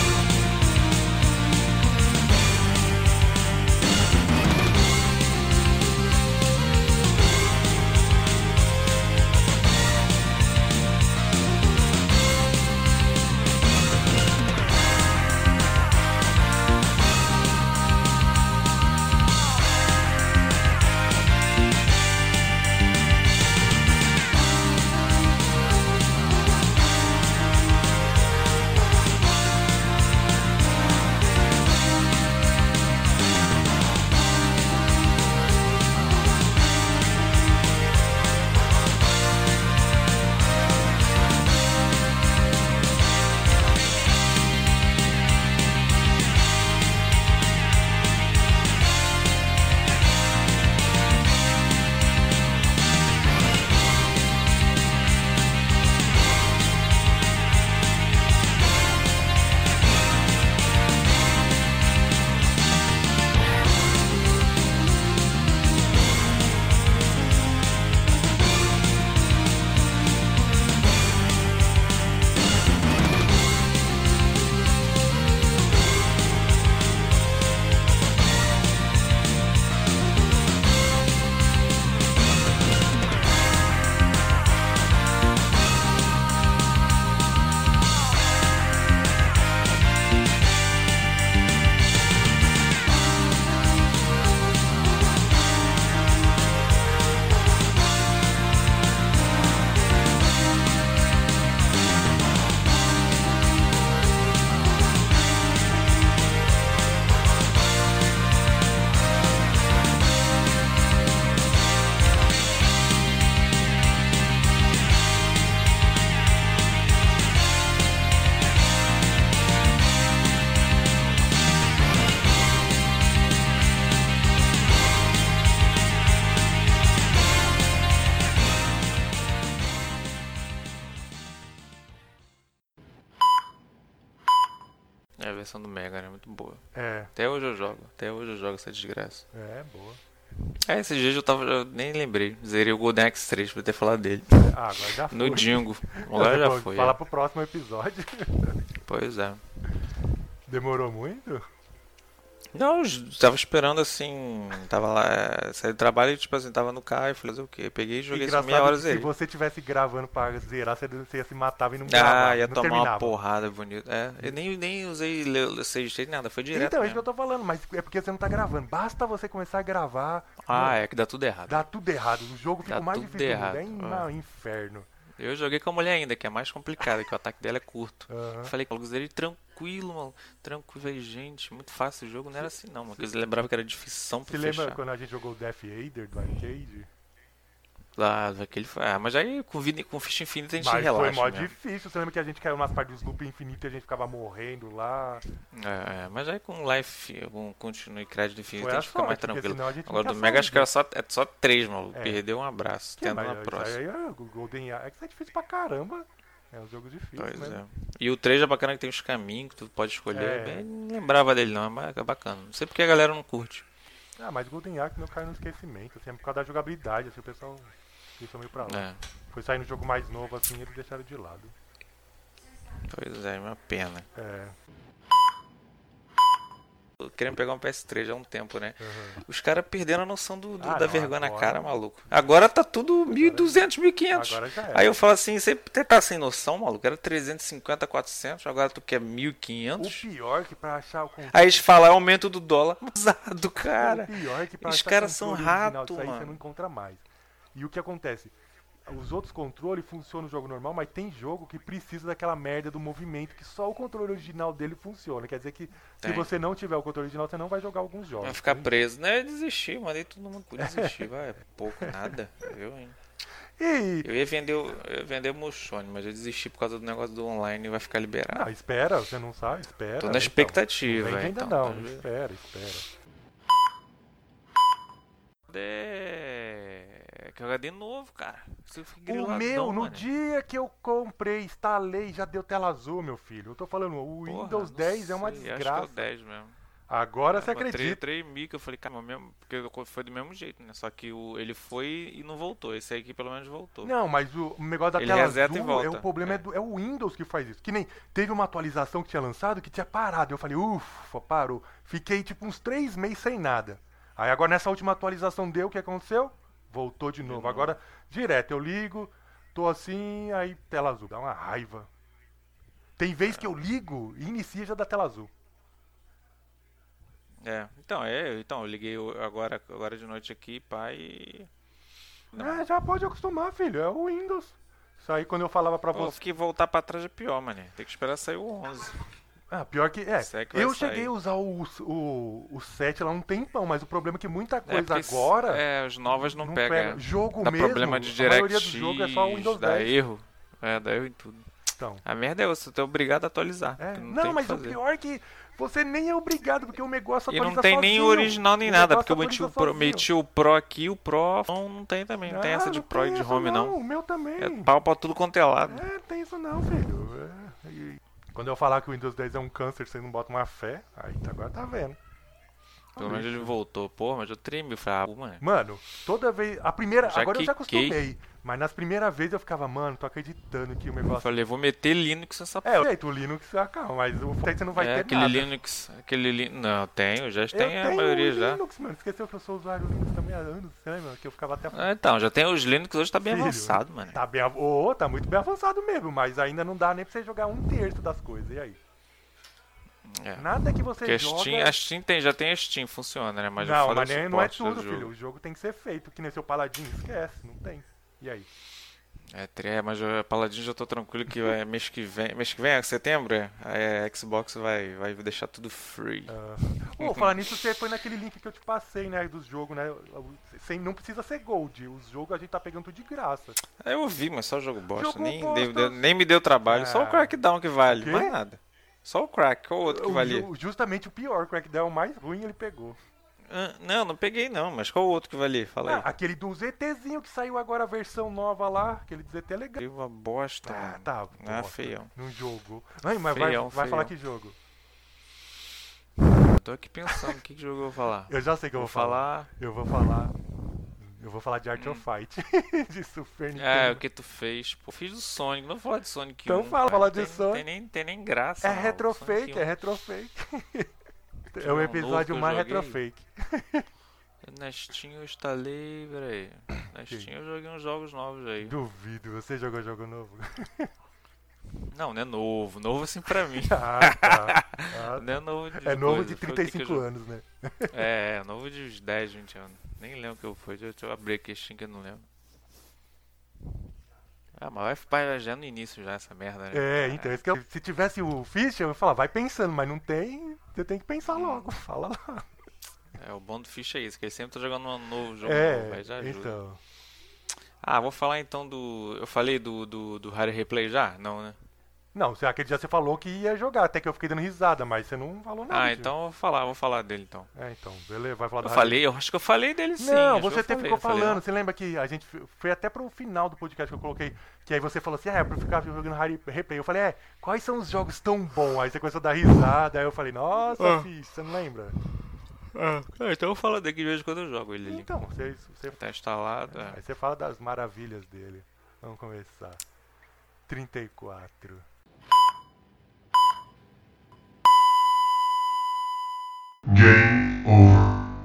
[SPEAKER 3] É a versão do Mega, né? Muito boa.
[SPEAKER 2] É,
[SPEAKER 3] Até hoje eu jogo. Até hoje eu jogo essa desgraça.
[SPEAKER 2] é, boa.
[SPEAKER 3] É, esses dias eu tava. Eu nem lembrei. Zerei o Golden Axe 3 pra ter falado dele.
[SPEAKER 2] Ah, agora já foi.
[SPEAKER 3] No
[SPEAKER 2] <laughs>
[SPEAKER 3] Dingo. Agora já
[SPEAKER 2] Depois,
[SPEAKER 3] foi.
[SPEAKER 2] Falar
[SPEAKER 3] é.
[SPEAKER 2] pro próximo episódio. <laughs>
[SPEAKER 3] Pois é.
[SPEAKER 2] Demorou muito?
[SPEAKER 3] Não, eu j- tava esperando assim. Tava lá. é, Saí do trabalho e, tipo assim, tava no carro e falei, fazer o quê? Peguei e joguei assim,
[SPEAKER 2] Engraçado
[SPEAKER 3] meia hora
[SPEAKER 2] que se
[SPEAKER 3] zerei.
[SPEAKER 2] você tivesse gravando pra zerar, você, você ia se matava e não gravava.
[SPEAKER 3] Ah, ia
[SPEAKER 2] não
[SPEAKER 3] tomar uma
[SPEAKER 2] terminava.
[SPEAKER 3] porrada bonita. É, eu nem, nem usei le- save state, nada, foi direto.
[SPEAKER 2] Então, é isso que
[SPEAKER 3] mesmo.
[SPEAKER 2] eu tô falando, mas é porque você não tá gravando. Basta você começar a gravar,
[SPEAKER 3] Ah, é que dá tudo errado.
[SPEAKER 2] dá tudo errado. O jogo fica
[SPEAKER 3] Dá
[SPEAKER 2] o mais
[SPEAKER 3] tudo
[SPEAKER 2] difícil do mundo.
[SPEAKER 3] errado,
[SPEAKER 2] É in-
[SPEAKER 3] é.
[SPEAKER 2] um inferno.
[SPEAKER 3] Eu joguei com a mulher ainda, que é mais complicada, que o ataque dela é curto.
[SPEAKER 2] Aham.
[SPEAKER 3] Eu Falei com o ele tranquilo, mano. Tranquilo, falei, gente, muito fácil o jogo, não era assim não, mano. Porque eu lembrava que era difícil
[SPEAKER 2] Você
[SPEAKER 3] pra
[SPEAKER 2] lembra
[SPEAKER 3] fechar.
[SPEAKER 2] quando a gente jogou o Death Aider do arcade?
[SPEAKER 3] Lá, aquele foi. Ah, mas aí com, vida, com ficha infinita a gente
[SPEAKER 2] Mas
[SPEAKER 3] relaxa.
[SPEAKER 2] foi mó
[SPEAKER 3] mesmo.
[SPEAKER 2] difícil. Você lembra que a gente caiu nas partes dos loop infinitos e a gente ficava morrendo lá?
[SPEAKER 3] É, é, mas aí com life, com continue crédito infinito,
[SPEAKER 2] Foi
[SPEAKER 3] a
[SPEAKER 2] a
[SPEAKER 3] gente fica mais
[SPEAKER 2] sorte, é porque
[SPEAKER 3] tranquilo.
[SPEAKER 2] senão a gente
[SPEAKER 3] Agora
[SPEAKER 2] nunca
[SPEAKER 3] do Mega acho que
[SPEAKER 2] soube.
[SPEAKER 3] era só, é só três, maluco.
[SPEAKER 2] É.
[SPEAKER 3] Perdeu um abraço,
[SPEAKER 2] Que é,
[SPEAKER 3] tendo na
[SPEAKER 2] mas isso
[SPEAKER 3] próxima.
[SPEAKER 2] aí é o Golden Axe é difícil pra caramba. É um jogo difícil,
[SPEAKER 3] Pois
[SPEAKER 2] mesmo.
[SPEAKER 3] é. E o 3 é bacana que tem os caminhos que tu pode escolher.
[SPEAKER 2] É.
[SPEAKER 3] Bem, não lembrava dele não, mas é bacana. Não sei porque a galera não curte.
[SPEAKER 2] Ah, mas Golden Axe não caiu no esquecimento, assim, é por causa da jogabilidade, assim, o pessoal deixou meio pra lá.
[SPEAKER 3] É,
[SPEAKER 2] Foi sair no jogo mais novo, assim, eles deixaram de lado.
[SPEAKER 3] pois é, é uma pena.
[SPEAKER 2] É,
[SPEAKER 3] Tô Querendo pegar um PS3 há um tempo, né?
[SPEAKER 2] aham.
[SPEAKER 3] Os caras perderam a noção do, do-
[SPEAKER 2] Ah,
[SPEAKER 3] da
[SPEAKER 2] não,
[SPEAKER 3] vergonha na
[SPEAKER 2] agora-
[SPEAKER 3] cara, maluco. Agora tá tudo 1.200, 1.500.
[SPEAKER 2] agora já era.
[SPEAKER 3] Aí eu falo assim, você tá sem noção, maluco? Era 350, 400, agora tu quer 1.500.
[SPEAKER 2] O pior é que pra achar o controle...
[SPEAKER 3] Aí eles falam é aumento do dólar. Usado, cara.
[SPEAKER 2] o pior é que pra
[SPEAKER 3] os
[SPEAKER 2] achar
[SPEAKER 3] caras
[SPEAKER 2] controle
[SPEAKER 3] são
[SPEAKER 2] original
[SPEAKER 3] rato,
[SPEAKER 2] disso aí, Você
[SPEAKER 3] mano.
[SPEAKER 2] não encontra mais. E o que acontece? Os outros controles funcionam no jogo normal, mas tem jogo que precisa daquela merda do movimento que só o controle original dele funciona. Quer dizer que se
[SPEAKER 3] Tem.
[SPEAKER 2] você não tiver o controle original, você não vai jogar alguns jogos.
[SPEAKER 3] Vai ficar
[SPEAKER 2] entende?
[SPEAKER 3] preso. Né? Eu desisti, mandei todo mundo desistir. Vai, é pouco, nada. Viu, hein?
[SPEAKER 2] E
[SPEAKER 3] Eu ia vender, o- eu ia vender o Mushone, mas eu desisti por causa do negócio do online e vai ficar liberado.
[SPEAKER 2] Ah, espera, você não sabe? Espera.
[SPEAKER 3] Tô
[SPEAKER 2] então.
[SPEAKER 3] na expectativa.
[SPEAKER 2] Não vende ainda
[SPEAKER 3] então,
[SPEAKER 2] não,
[SPEAKER 3] tá vendo?
[SPEAKER 2] espera, espera.
[SPEAKER 3] É... Que HD novo, cara. Isso foi
[SPEAKER 2] O
[SPEAKER 3] griladão,
[SPEAKER 2] meu, no
[SPEAKER 3] mano.
[SPEAKER 2] dia que eu comprei, instalei, já deu tela azul, meu filho. Eu tô falando, o
[SPEAKER 3] Porra,
[SPEAKER 2] Windows
[SPEAKER 3] não
[SPEAKER 2] 10 é uma
[SPEAKER 3] sei, Acho que
[SPEAKER 2] desgraça.
[SPEAKER 3] é o É 10 mesmo.
[SPEAKER 2] Agora você
[SPEAKER 3] Eu botei
[SPEAKER 2] acredita.
[SPEAKER 3] 3 mil que eu falei, cara, mesmo, porque eu- foi do mesmo jeito, né? Só que o, ele foi e não voltou. Esse aí aqui pelo menos voltou.
[SPEAKER 2] Não, mas o negócio da
[SPEAKER 3] Ele
[SPEAKER 2] tela
[SPEAKER 3] reseta e
[SPEAKER 2] azul,
[SPEAKER 3] volta.
[SPEAKER 2] é, o problema é.
[SPEAKER 3] É.
[SPEAKER 2] do- é o Windows que faz isso. Que nem teve uma atualização que tinha lançado que tinha parado. Eu falei, ufa, parou. Fiquei tipo uns três meses sem nada. Aí agora nessa última atualização deu, o que aconteceu? Voltou de novo.
[SPEAKER 3] novo.
[SPEAKER 2] Agora, direto, eu ligo, tô assim, aí tela azul. Dá uma raiva. Tem vez que eu ligo e inicia já da tela azul.
[SPEAKER 3] É, então, é, então, eu liguei o- agora, agora de noite aqui, pai. e- Não.
[SPEAKER 2] É, já pode acostumar, filho. É o Windows. Isso aí quando eu falava pra
[SPEAKER 3] Pô,
[SPEAKER 2] você.
[SPEAKER 3] que voltar pra trás é pior, mano. Tem que esperar sair o 11.
[SPEAKER 2] Ah, pior que. É,
[SPEAKER 3] Se é que vai
[SPEAKER 2] eu
[SPEAKER 3] sair.
[SPEAKER 2] cheguei a usar o, o, o 7 lá um tempão, mas o problema é que muita
[SPEAKER 3] É,
[SPEAKER 2] coisa
[SPEAKER 3] porque se-
[SPEAKER 2] agora
[SPEAKER 3] É, as novas não, pega.
[SPEAKER 2] Jogo
[SPEAKER 3] Dá
[SPEAKER 2] mesmo,
[SPEAKER 3] problema de
[SPEAKER 2] a maioria do
[SPEAKER 3] DirectX,
[SPEAKER 2] jogo é só o Windows
[SPEAKER 3] dá
[SPEAKER 2] 10.
[SPEAKER 3] erro. É, dá erro em tudo.
[SPEAKER 2] Então,
[SPEAKER 3] A merda é você, tu é obrigado a atualizar.
[SPEAKER 2] é.
[SPEAKER 3] porque
[SPEAKER 2] Não,
[SPEAKER 3] tem
[SPEAKER 2] mas
[SPEAKER 3] que
[SPEAKER 2] o
[SPEAKER 3] fazer.
[SPEAKER 2] pior é que você nem é obrigado, porque o negócio
[SPEAKER 3] E
[SPEAKER 2] atualiza
[SPEAKER 3] não tem nem o
[SPEAKER 2] sozinho.
[SPEAKER 3] original nem
[SPEAKER 2] O
[SPEAKER 3] nada,
[SPEAKER 2] negócio
[SPEAKER 3] porque eu meti o,
[SPEAKER 2] atualiza
[SPEAKER 3] pro,
[SPEAKER 2] sozinho.
[SPEAKER 3] meti o Pro aqui e o Pro. Não, não tem também, não tem
[SPEAKER 2] Ah,
[SPEAKER 3] essa de
[SPEAKER 2] não
[SPEAKER 3] Pro e
[SPEAKER 2] tem
[SPEAKER 3] de
[SPEAKER 2] isso
[SPEAKER 3] Home, não.
[SPEAKER 2] O meu também.
[SPEAKER 3] É pau pra tudo quanto é lado.
[SPEAKER 2] É, tem isso não, filho. É, e- Quando eu falar que o Windows 10 é um câncer, você não bota uma fé, aí tá- agora tá vendo.
[SPEAKER 3] Pelo menos ele voltou. Pô, mas eu tremi, eu falei, ah, pô, mano.
[SPEAKER 2] Mano, toda vez. A primeira.
[SPEAKER 3] Já
[SPEAKER 2] agora eu já
[SPEAKER 3] quiquei.
[SPEAKER 2] acostumei. Mas nas primeiras vezes eu ficava, mano, tô acreditando que o
[SPEAKER 3] Eu
[SPEAKER 2] negócio.
[SPEAKER 3] falei, vou meter Linux nessa
[SPEAKER 2] É, eu sei, o Linux ah, calma, mas o Fortnite você não vai
[SPEAKER 3] é,
[SPEAKER 2] ter
[SPEAKER 3] aquele
[SPEAKER 2] nada.
[SPEAKER 3] Linux, aquele Linux. Não, eu tenho, já
[SPEAKER 2] eu
[SPEAKER 3] tem a
[SPEAKER 2] tenho
[SPEAKER 3] maioria
[SPEAKER 2] o
[SPEAKER 3] já.
[SPEAKER 2] Linux, mano. Esqueceu que eu sou usuário Linux também há anos, você lembra? Que eu ficava até.
[SPEAKER 3] Ah, então, já tem os Linux hoje tá bem
[SPEAKER 2] Filho,
[SPEAKER 3] avançado, mano.
[SPEAKER 2] Tá bem, av- ô, tá muito bem avançado mesmo, mas ainda não dá nem pra você jogar um terço das coisas. E aí?
[SPEAKER 3] É.
[SPEAKER 2] Nada que você
[SPEAKER 3] Porque a
[SPEAKER 2] joga.
[SPEAKER 3] Steam, a Steam tem, já tem a Steam, funciona, né? Mas
[SPEAKER 2] não,
[SPEAKER 3] foda
[SPEAKER 2] mas
[SPEAKER 3] o
[SPEAKER 2] nem, não é
[SPEAKER 3] suporte do
[SPEAKER 2] tudo,
[SPEAKER 3] jogo.
[SPEAKER 2] filho. O jogo tem que ser feito, que nem seu paladinho, esquece, não tem. E aí?
[SPEAKER 3] É, tri- é, mas eu, Paladino já tô tranquilo que vai, mês que vem. Mês que vem é setembro? É, Aí a Xbox vai, vai deixar tudo free.
[SPEAKER 2] Pô, falar nisso, você foi naquele link que eu te passei, né? Dos jogos, né? Sem, não precisa ser gold. Os jogos a gente tá pegando tudo de graça.
[SPEAKER 3] Aí eu vi, mas só jogo bosta.
[SPEAKER 2] Jogo
[SPEAKER 3] nem,
[SPEAKER 2] bosta.
[SPEAKER 3] deu- deu- nem me deu trabalho. Só
[SPEAKER 2] Ah.
[SPEAKER 3] o Crackdown que vale,
[SPEAKER 2] Quê?
[SPEAKER 3] mais nada. Só o Crack, qual outro que
[SPEAKER 2] O
[SPEAKER 3] valia?
[SPEAKER 2] ju- justamente o pior, é o Crackdown mais ruim ele pegou.
[SPEAKER 3] Ah, não, não peguei não, mas qual outro que valia? Fala aí.
[SPEAKER 2] Ah, aquele do ZTzinho que saiu agora a versão nova lá, aquele do ZT é legal.
[SPEAKER 3] Que uma bosta,
[SPEAKER 2] Ah,
[SPEAKER 3] mano.
[SPEAKER 2] tá.
[SPEAKER 3] Ah,
[SPEAKER 2] bosta.
[SPEAKER 3] feião.
[SPEAKER 2] Não jogo. Ai, mas vai,
[SPEAKER 3] Feião,
[SPEAKER 2] vai
[SPEAKER 3] feião.
[SPEAKER 2] falar que jogo.
[SPEAKER 3] Tô aqui pensando, o que, que jogo eu vou falar? Hum.
[SPEAKER 2] Eu já sei o que tá. eu vou, falar. Eu vou falar. Eu vou falar de Art of Fight <laughs> de Super Nintendo.
[SPEAKER 3] É, o que tu fez, pô. Fiz do Sonic, não vou falar de Sonic
[SPEAKER 2] Então
[SPEAKER 3] 1.
[SPEAKER 2] fala,
[SPEAKER 3] cara.
[SPEAKER 2] fala de
[SPEAKER 3] Tem-
[SPEAKER 2] Sonic.
[SPEAKER 3] Tem nem, tem nem graça.
[SPEAKER 2] É
[SPEAKER 3] não.
[SPEAKER 2] retrofake,
[SPEAKER 3] Sonic
[SPEAKER 2] é
[SPEAKER 3] 1.
[SPEAKER 2] retrofake. <laughs> É o
[SPEAKER 3] Que é um novo que
[SPEAKER 2] episódio
[SPEAKER 3] eu
[SPEAKER 2] mais
[SPEAKER 3] joguei.
[SPEAKER 2] retrofake.
[SPEAKER 3] Na Steam eu instalei, peraí. Na Steam eu joguei uns jogos novos aí.
[SPEAKER 2] Duvido, você jogou jogo novo? <laughs>
[SPEAKER 3] Não, não é novo. Novo assim
[SPEAKER 2] <laughs>
[SPEAKER 3] pra mim.
[SPEAKER 2] Ah, tá. Ah,
[SPEAKER 3] Não é novo de
[SPEAKER 2] É novo de
[SPEAKER 3] coisa, foi o que que
[SPEAKER 2] 35
[SPEAKER 3] eu joguei.
[SPEAKER 2] anos, né?
[SPEAKER 3] É, é, novo de uns 10, 20 anos. Nem lembro o que eu fui. Deixa eu abrir aqui a Steam que eu não lembro. Ah, mas vai ficar já no início já essa merda, né?
[SPEAKER 2] É, então, isso que eu- se tivesse o Fischer, eu ia falar, vai pensando, mas não tem, você tem que pensar logo, <laughs> fala lá.
[SPEAKER 3] É, o bom do Fish é isso, que ele sempre tá jogando um novo jogo novo,
[SPEAKER 2] É,
[SPEAKER 3] aí já ajuda.
[SPEAKER 2] então.
[SPEAKER 3] Ah, vou falar então do. Eu falei do, do, do Rare Replay já? Não, né?
[SPEAKER 2] Não, você- aquele dia você falou que ia jogar, até que eu fiquei dando risada, mas você não falou nada.
[SPEAKER 3] ah,
[SPEAKER 2] tio.
[SPEAKER 3] então eu vou falar, vou falar dele então.
[SPEAKER 2] É, então, beleza, vai falar
[SPEAKER 3] Eu
[SPEAKER 2] da
[SPEAKER 3] falei, eu acho que eu falei dele sim.
[SPEAKER 2] Não,
[SPEAKER 3] acho que
[SPEAKER 2] você
[SPEAKER 3] eu
[SPEAKER 2] até
[SPEAKER 3] falei,
[SPEAKER 2] ficou
[SPEAKER 3] eu falei,
[SPEAKER 2] falando.
[SPEAKER 3] não.
[SPEAKER 2] Você lembra que a gente f- foi até pro final do podcast que eu coloquei, que aí você falou assim, ah, é pra eu ficar jogando Harry replay. Eu falei, é, quais são os jogos tão bons? Aí você começou a dar risada, aí eu falei, nossa,
[SPEAKER 3] Ah.
[SPEAKER 2] Fih, você não lembra?
[SPEAKER 3] Ah, então eu falo daqui de vez em quando eu jogo ele ali.
[SPEAKER 2] Então, você, você,
[SPEAKER 3] Tá instalado. é.
[SPEAKER 2] aí você fala das maravilhas dele. Vamos começar. 34.
[SPEAKER 1] Game